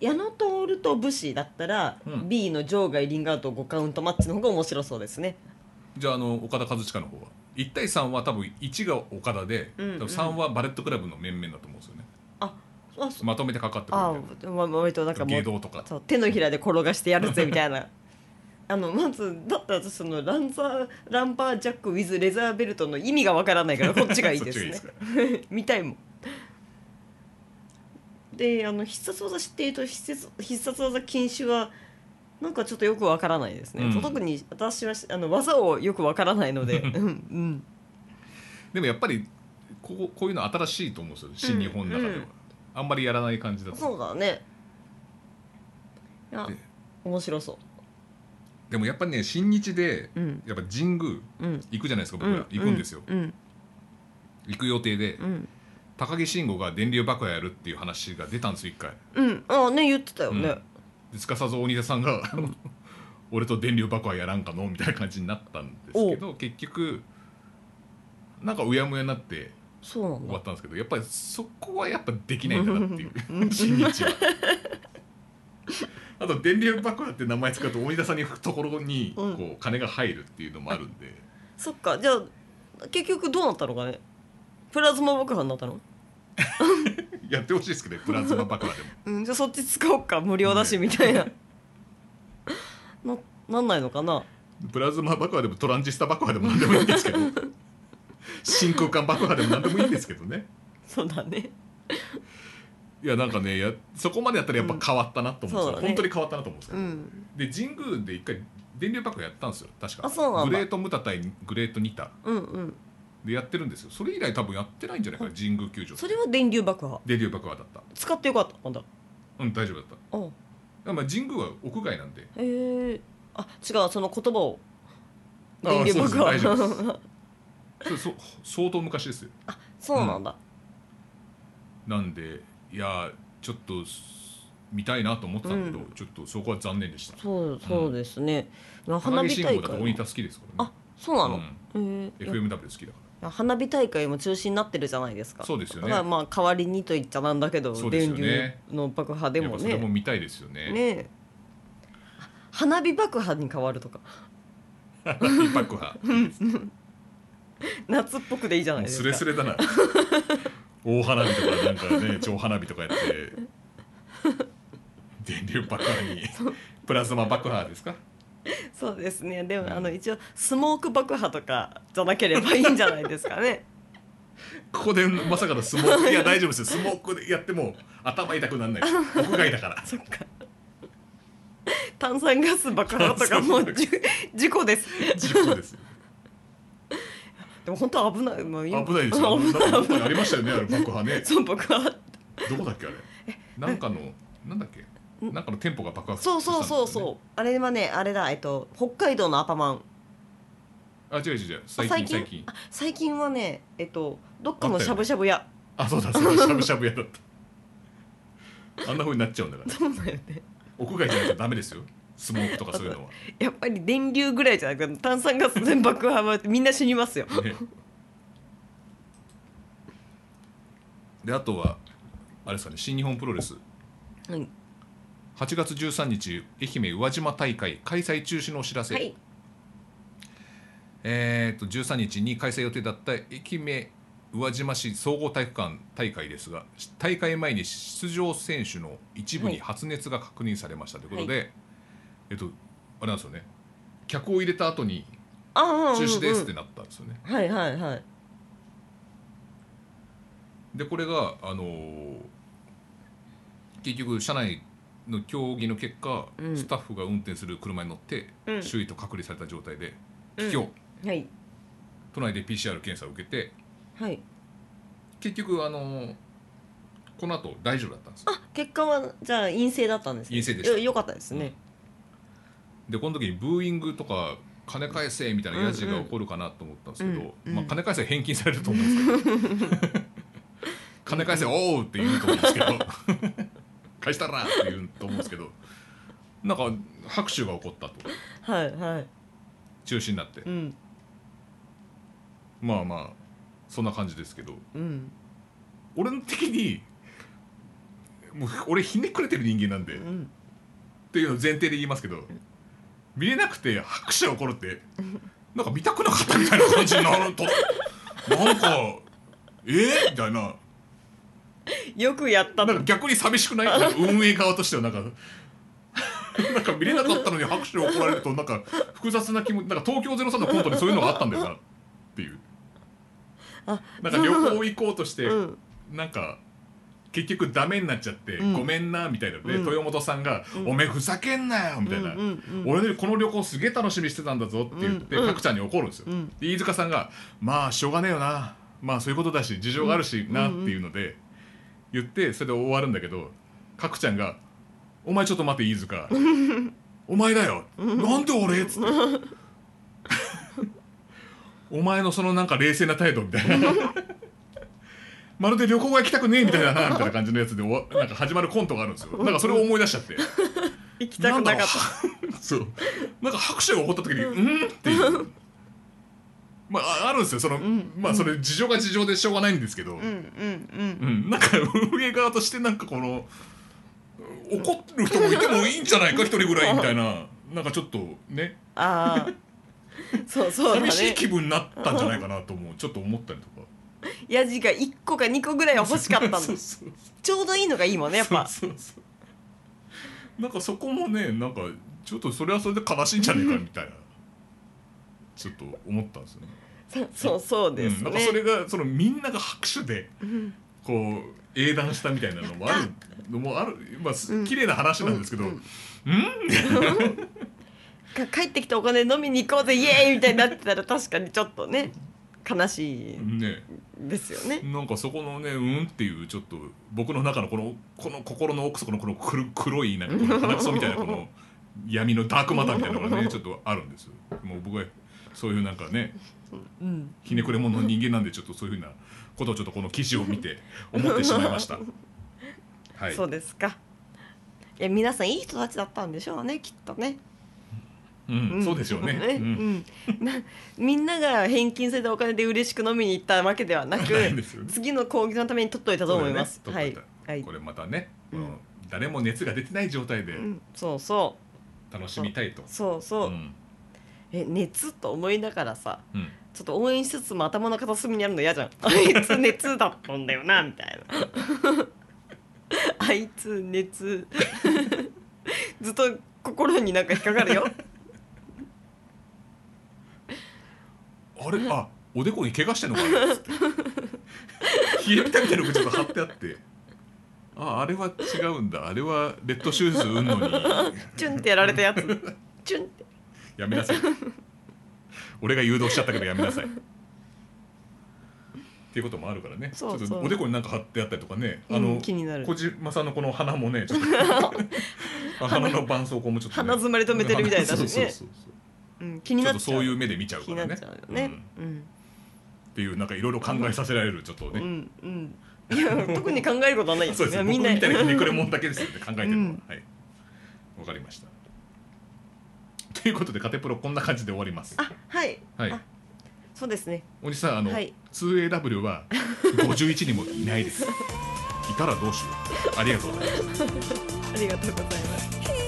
Speaker 2: 矢野徹と武士だったら、
Speaker 3: うん
Speaker 2: B の場外リングアウト5カウントマッチの方が面白そうですね
Speaker 3: じゃああの岡田和親の方は1対3は多分1が岡田で、
Speaker 2: うんうん
Speaker 3: 多分3はバレットクラブの面々だと思うんですよね
Speaker 2: あそ
Speaker 3: まとめてかかってくるみ
Speaker 2: あ
Speaker 3: たいな
Speaker 2: ーわ割となんかも
Speaker 3: 芸
Speaker 2: う
Speaker 3: 道とか
Speaker 2: そう手のひらで転がしてやるぜみたいなあのまずだったらそのランザーランバージャック with レザーベルトの意味がわからない
Speaker 3: <laughs>
Speaker 2: からこっちがいいですね
Speaker 3: そっちがいいですか
Speaker 2: 見たいもんであの必殺技指定と必殺必殺技禁止はなんかちょっとよくわからないですね、
Speaker 3: うん
Speaker 2: 特に私はあの技をよくわからないのでうんうん
Speaker 3: でもやっぱりこうこういうの新しいと思うんですよ新日本の中では、
Speaker 2: うんうん
Speaker 3: あんまりやらない感じだと
Speaker 2: そうだねいや
Speaker 3: で
Speaker 2: 面白そ
Speaker 3: でもやっぱりね新日で
Speaker 2: ううん
Speaker 3: やっぱ神宮
Speaker 2: うん
Speaker 3: 行くじゃないですか
Speaker 2: う
Speaker 3: 僕ら、
Speaker 2: ん
Speaker 3: 行くんですよ、
Speaker 2: うん
Speaker 3: 行く予定で、
Speaker 2: うん
Speaker 3: 高木慎吾が電流爆破やるっていう話が出たんですよ一回
Speaker 2: うんあね言ってたよね、
Speaker 3: うんですかさず大仁田さんが「 <laughs> 俺と電流爆破やらんかの?」みたいな感じになったんですけど結局なんかうやむやになって
Speaker 2: そうなん
Speaker 3: 終
Speaker 2: だ
Speaker 3: わったんですけどやっぱりそこはやっぱできないんだなっていう <laughs> 新日は。あと電流爆破って名前使うと大仁田さんにところに
Speaker 2: うん
Speaker 3: こう金が入るっていうのもあるんで、
Speaker 2: そっかじゃあ結局どうなったのかねプラズマ爆破になったの
Speaker 3: やってほしいですけどねプラズマ爆破でも。
Speaker 2: うんじゃあそっち使おうか無料だしみたいな、ななん <laughs> ないのかな
Speaker 3: プラズマ爆破でもトランジスタ爆破でも何でもいいんで
Speaker 2: <laughs>
Speaker 3: すけど真空管爆破でも何でもいいんですけどね
Speaker 2: そうだね
Speaker 3: いやなんかねやそこまでやったらやっぱ変わったなと思う
Speaker 2: うん
Speaker 3: んですよ、
Speaker 2: そうだね
Speaker 3: 本当に変わったなと思うんです
Speaker 2: う
Speaker 3: よ、
Speaker 2: ん
Speaker 3: で神宮で一回電流爆破やったんですよ確か
Speaker 2: あそうなんだ
Speaker 3: グレートムタ対グレートニタ
Speaker 2: うんうん
Speaker 3: でやってるんですよそれ以来多分やってないんじゃないかな神宮球場
Speaker 2: それは電流爆破
Speaker 3: 電流爆破だった
Speaker 2: 使ってよかったんだ
Speaker 3: うん大丈夫だっ
Speaker 2: あ
Speaker 3: たまあ神宮は屋外なんで
Speaker 2: へえあ違うその言葉を
Speaker 3: あ
Speaker 2: 電流
Speaker 3: そう
Speaker 2: 爆
Speaker 3: です
Speaker 2: 破
Speaker 3: 大丈夫
Speaker 2: <laughs>
Speaker 3: でそれそ相当昔ですよ
Speaker 2: そうなんだ、
Speaker 3: なんでいやちょっとす見たいなと思ってたんだけど、
Speaker 2: うん
Speaker 3: ちょっとそこは残念でした
Speaker 2: そうそうですね、まあ
Speaker 3: 花
Speaker 2: 花火
Speaker 3: 火信
Speaker 2: 大
Speaker 3: 号だと大仁
Speaker 2: 会
Speaker 3: 田好きですからね
Speaker 2: あそうなの、へえいや
Speaker 3: FMW 好きだか
Speaker 2: 花火大会も中止になってるじゃないですか
Speaker 3: そうですよね
Speaker 2: だからまあ代わりにと言っちゃなんだけど、
Speaker 3: そうです
Speaker 2: 電
Speaker 3: よ
Speaker 2: 流
Speaker 3: ね
Speaker 2: の爆破
Speaker 3: ら
Speaker 2: で
Speaker 3: やっ
Speaker 2: も
Speaker 3: ぱそれも
Speaker 2: ね
Speaker 3: 見たいですよね
Speaker 2: ねえ花火爆破に変わるとか
Speaker 3: 一泊派
Speaker 2: 夏っぽくでいいじゃないです
Speaker 3: ス
Speaker 2: か
Speaker 3: レスレだな <laughs> 大花火とかなんかね超花火とかやって電流爆破にプラズマ爆破ですか
Speaker 2: そうですねで
Speaker 3: うん
Speaker 2: もあの一応スモーク爆破とかじゃなければいいんじゃないですか
Speaker 3: <laughs>
Speaker 2: ね
Speaker 3: ここでまさかのスモークいや大丈夫ですよスモークでやっても頭痛くならないです屋外だか
Speaker 2: <laughs>
Speaker 3: ら
Speaker 2: そっか炭酸ガス爆破とかもうじゅ事故です
Speaker 3: 事故ですよ
Speaker 2: でも本当は危ない、まあ、危
Speaker 3: 危ないですよ。
Speaker 2: <laughs> 危
Speaker 3: あのな
Speaker 2: なんい
Speaker 3: か
Speaker 2: 危な
Speaker 3: どっか
Speaker 2: い
Speaker 3: にありましたよね、あの爆破ね。
Speaker 2: <laughs> そう僕は
Speaker 3: どこだっけあれ。なんかのなんだっけ。なんかの店舗が爆発したん
Speaker 2: そう
Speaker 3: ですよ
Speaker 2: そう
Speaker 3: ね
Speaker 2: そうそう、あれはねあれだえっと北海道のアパマン
Speaker 3: あ違う違う違う最
Speaker 2: 最近
Speaker 3: 近最近
Speaker 2: あ最近はねえっとどっか
Speaker 3: あ
Speaker 2: の
Speaker 3: った
Speaker 2: し
Speaker 3: よね
Speaker 2: ゃぶしゃぶ屋
Speaker 3: あそうだそうだしゃぶしゃぶ屋だったあんな風になっちゃうんだから
Speaker 2: そうだよね
Speaker 3: 屋外じゃなきゃダメですよスモークとかそういう
Speaker 2: <laughs>
Speaker 3: のは、
Speaker 2: やっぱり電流ぐらいじゃなくて炭酸ガス全爆破はみんな死にますよ
Speaker 3: ね、であとはあれですかね新日本プロレス
Speaker 2: はい
Speaker 3: 8月13日愛媛宇和島大会開催中止のお知らせ、
Speaker 2: はい
Speaker 3: えー、と13日に開催予定だった愛媛宇和島市総合体育館大会ですが大会前に出場選手の一部
Speaker 2: は
Speaker 3: に
Speaker 2: い
Speaker 3: 発熱が確認されましたということで、えっとあれなんですよね客を入れた後に
Speaker 2: ああうんうん
Speaker 3: 中止ですってなったんですよね。
Speaker 2: はいはいはい
Speaker 3: でこれが、あのー結局社内の競技の結果、
Speaker 2: うん
Speaker 3: スタッフが運転する車に乗って、
Speaker 2: うん
Speaker 3: 周囲と隔離された状態で
Speaker 2: うん
Speaker 3: 帰郷、
Speaker 2: はい
Speaker 3: 都内で PCR 検査を受けて
Speaker 2: はい
Speaker 3: 結局あのーこの後大丈夫だったんですよ
Speaker 2: あ結果はじゃあ陰性だったんですね
Speaker 3: 陰性でした
Speaker 2: よよかったですね、
Speaker 3: でこの時にブーイングとか金返せみたいなやじが起こるかなと思ったんですけど、
Speaker 2: うんうん
Speaker 3: まあ、金返せは返金されると思うんですけど
Speaker 2: <laughs>
Speaker 3: 金返せおーって言うと思うんですけど返したらって言うと思うんですけどなんか拍手が起こったと
Speaker 2: はいはい
Speaker 3: 中止になって、
Speaker 2: うん
Speaker 3: まあまあそんな感じですけど
Speaker 2: うん
Speaker 3: 俺の的にもう俺ひねくれてる人間なんで、
Speaker 2: う
Speaker 3: っ
Speaker 2: ん
Speaker 3: ていうのを前提で言いますけど見れなくて拍手が起こるってなんか見たくなかったみたいな感じになるとなんかえー、みたいな
Speaker 2: よくやった
Speaker 3: な
Speaker 2: と
Speaker 3: んか逆に寂しくないなんか運営側としてはなんかなんか見れなかったのに拍手を怒られるとなんか複雑な気持ちなんか東京03のコントにそういうのがあったんだよなっていう
Speaker 2: あ
Speaker 3: なんか旅行行こうとして、
Speaker 2: うん
Speaker 3: なんか結局ダメになっちゃって、
Speaker 2: うん
Speaker 3: ごめんなみたいなので、
Speaker 2: うん
Speaker 3: 豊本さんが「
Speaker 2: ん
Speaker 3: おめえふざけんなよ」みたいな、
Speaker 2: うんうんうん
Speaker 3: 俺ねこの旅行すげえ楽しみにしてたんだぞ」って言って、
Speaker 2: うんうん
Speaker 3: 角ちゃんに怒るんですよ、
Speaker 2: うん
Speaker 3: で飯塚さんが「まあしょうがねえよなまあそういうことだし事情があるしな」っていうので、言ってそれで終わるんだけど角ちゃんが「お前ちょっと待って飯
Speaker 2: <laughs>
Speaker 3: 塚お前だよなんで俺」っつって。お前のそのなんか冷静な態度みた
Speaker 2: <laughs>
Speaker 3: いなまるで旅行が行きたくねえみたいだなみたいな感じのやつでおわなんか始まるコントがあるんですよなんかそれを思い出しちゃって
Speaker 2: 行きたくなかった
Speaker 3: なんだろう <laughs> そうなんか拍手が起こった時に「うん?」っていうまあああるんですよその、
Speaker 2: ん
Speaker 3: まあそれ事情が事情でしょうがないんですけど、
Speaker 2: う
Speaker 3: う
Speaker 2: ん
Speaker 3: ん
Speaker 2: うん
Speaker 3: なんか運営側としてなんかこの怒る人もいてもいいんじゃないか一人ぐらいみた
Speaker 2: <laughs>
Speaker 3: いななんかちょっとね
Speaker 2: ああ
Speaker 3: <laughs>
Speaker 2: そうそうだ
Speaker 3: 寂しい
Speaker 2: ね
Speaker 3: 気分になったんじゃないかなと思うちょっと思ったりとか
Speaker 2: ヤジが1個か2個ぐらいは欲しかったんだ
Speaker 3: <laughs> そうそう
Speaker 2: ちょうどいいのがいいもんねやっぱ
Speaker 3: そうそうそうなんかそこもねなんかちょっとそれはそれで悲しいんじゃねえかみたいなちょっと思ったんですよね
Speaker 2: そうそうそうです
Speaker 3: う
Speaker 2: ね、
Speaker 3: ん、なんかそれがそのみんなが拍手でこう英断したみたいなのもあるのもあるまあす
Speaker 2: うん
Speaker 3: 綺麗な話なんですけど、
Speaker 2: うんか帰ってきたお金飲みに行こうぜイエーイみたいになってたら確かにちょっとね悲しい
Speaker 3: ね
Speaker 2: ですよね
Speaker 3: なんかそこのねうんっていうちょっと僕の中のこのこの心の奥底のこの黒黒いなんかこの鼻くそみたいなこの闇のダークマターみたいな
Speaker 2: <laughs>
Speaker 3: のがねちょっとあるんですよ。もう僕はそういうなんかね
Speaker 2: うん
Speaker 3: ひねくれ者の人間なんでちょっとそういうふうなことをちょっとこの記事を見て思ってしまいました。はい、
Speaker 2: そうですかいや皆さんいい人たちだったんでしょうねきっとね
Speaker 3: うん、そうでしょうね。
Speaker 2: ね
Speaker 3: うん
Speaker 2: うんなみんなが返金されたお金で嬉しく飲みに行ったわけではなく
Speaker 3: ないんですよね
Speaker 2: 次の攻撃のために取っといたと思います、
Speaker 3: そうだ
Speaker 2: は
Speaker 3: よね
Speaker 2: い
Speaker 3: 取っといた
Speaker 2: はい
Speaker 3: これまたね、
Speaker 2: うん
Speaker 3: この誰も熱が出てない状態で
Speaker 2: うん、そうそ
Speaker 3: 楽しみたいと
Speaker 2: う。そうそう、
Speaker 3: うん
Speaker 2: え熱と思いながらさ
Speaker 3: うん
Speaker 2: ちょっと応援しつつも頭の片隅にあるの嫌じゃ <laughs> んあいつ熱だったんだよなみたいなあいつ熱 <laughs> ずっと心になんか引っかかるよ
Speaker 3: あれあおでこに怪我してんのかなっつって冷えみたみたいなのがちょっと貼ってあってああれは違うんだあれはレッドシューズうんのに
Speaker 2: チュンってやられたやつチュンって
Speaker 3: やめなさい俺が誘導しちゃったけどやめなさいっていうこともあるからね
Speaker 2: そうそう
Speaker 3: ちょっとおでこになんか貼ってあったりとかねあ
Speaker 2: う
Speaker 3: の
Speaker 2: ん気になる
Speaker 3: 小島さんのこの鼻もねちょっ
Speaker 2: <laughs>
Speaker 3: とあ鼻の絆創膏もちょっと、ね、
Speaker 2: 鼻詰まり止めてるみたいだしね
Speaker 3: そうそうそうそう
Speaker 2: うん、気に
Speaker 3: ちょ
Speaker 2: なっ
Speaker 3: っ
Speaker 2: ちゃ
Speaker 3: と
Speaker 2: う
Speaker 3: そういう目で見ちゃう
Speaker 2: 気
Speaker 3: か
Speaker 2: に
Speaker 3: ら
Speaker 2: なっ
Speaker 3: ね
Speaker 2: ちゃうよね
Speaker 3: んっ
Speaker 2: うん
Speaker 3: ていうなんかいろいろ考えさせられるちょっと
Speaker 2: う
Speaker 3: ね、
Speaker 2: んうんいや特に考えることはない
Speaker 3: <laughs> そうですね
Speaker 2: み
Speaker 3: 僕
Speaker 2: んな
Speaker 3: みたいなひねくれもんだけですよね考えてるのは、
Speaker 2: うん
Speaker 3: はいわかりましたということでカテプロこんな感じで終わります
Speaker 2: あはい
Speaker 3: はい
Speaker 2: あそうですね
Speaker 3: おじさんあの、
Speaker 2: はい
Speaker 3: 2AW は51人もいないですいたらどうしようありがとうございます
Speaker 2: ありがとうございます
Speaker 4: 「ひとつの夢を叶えて」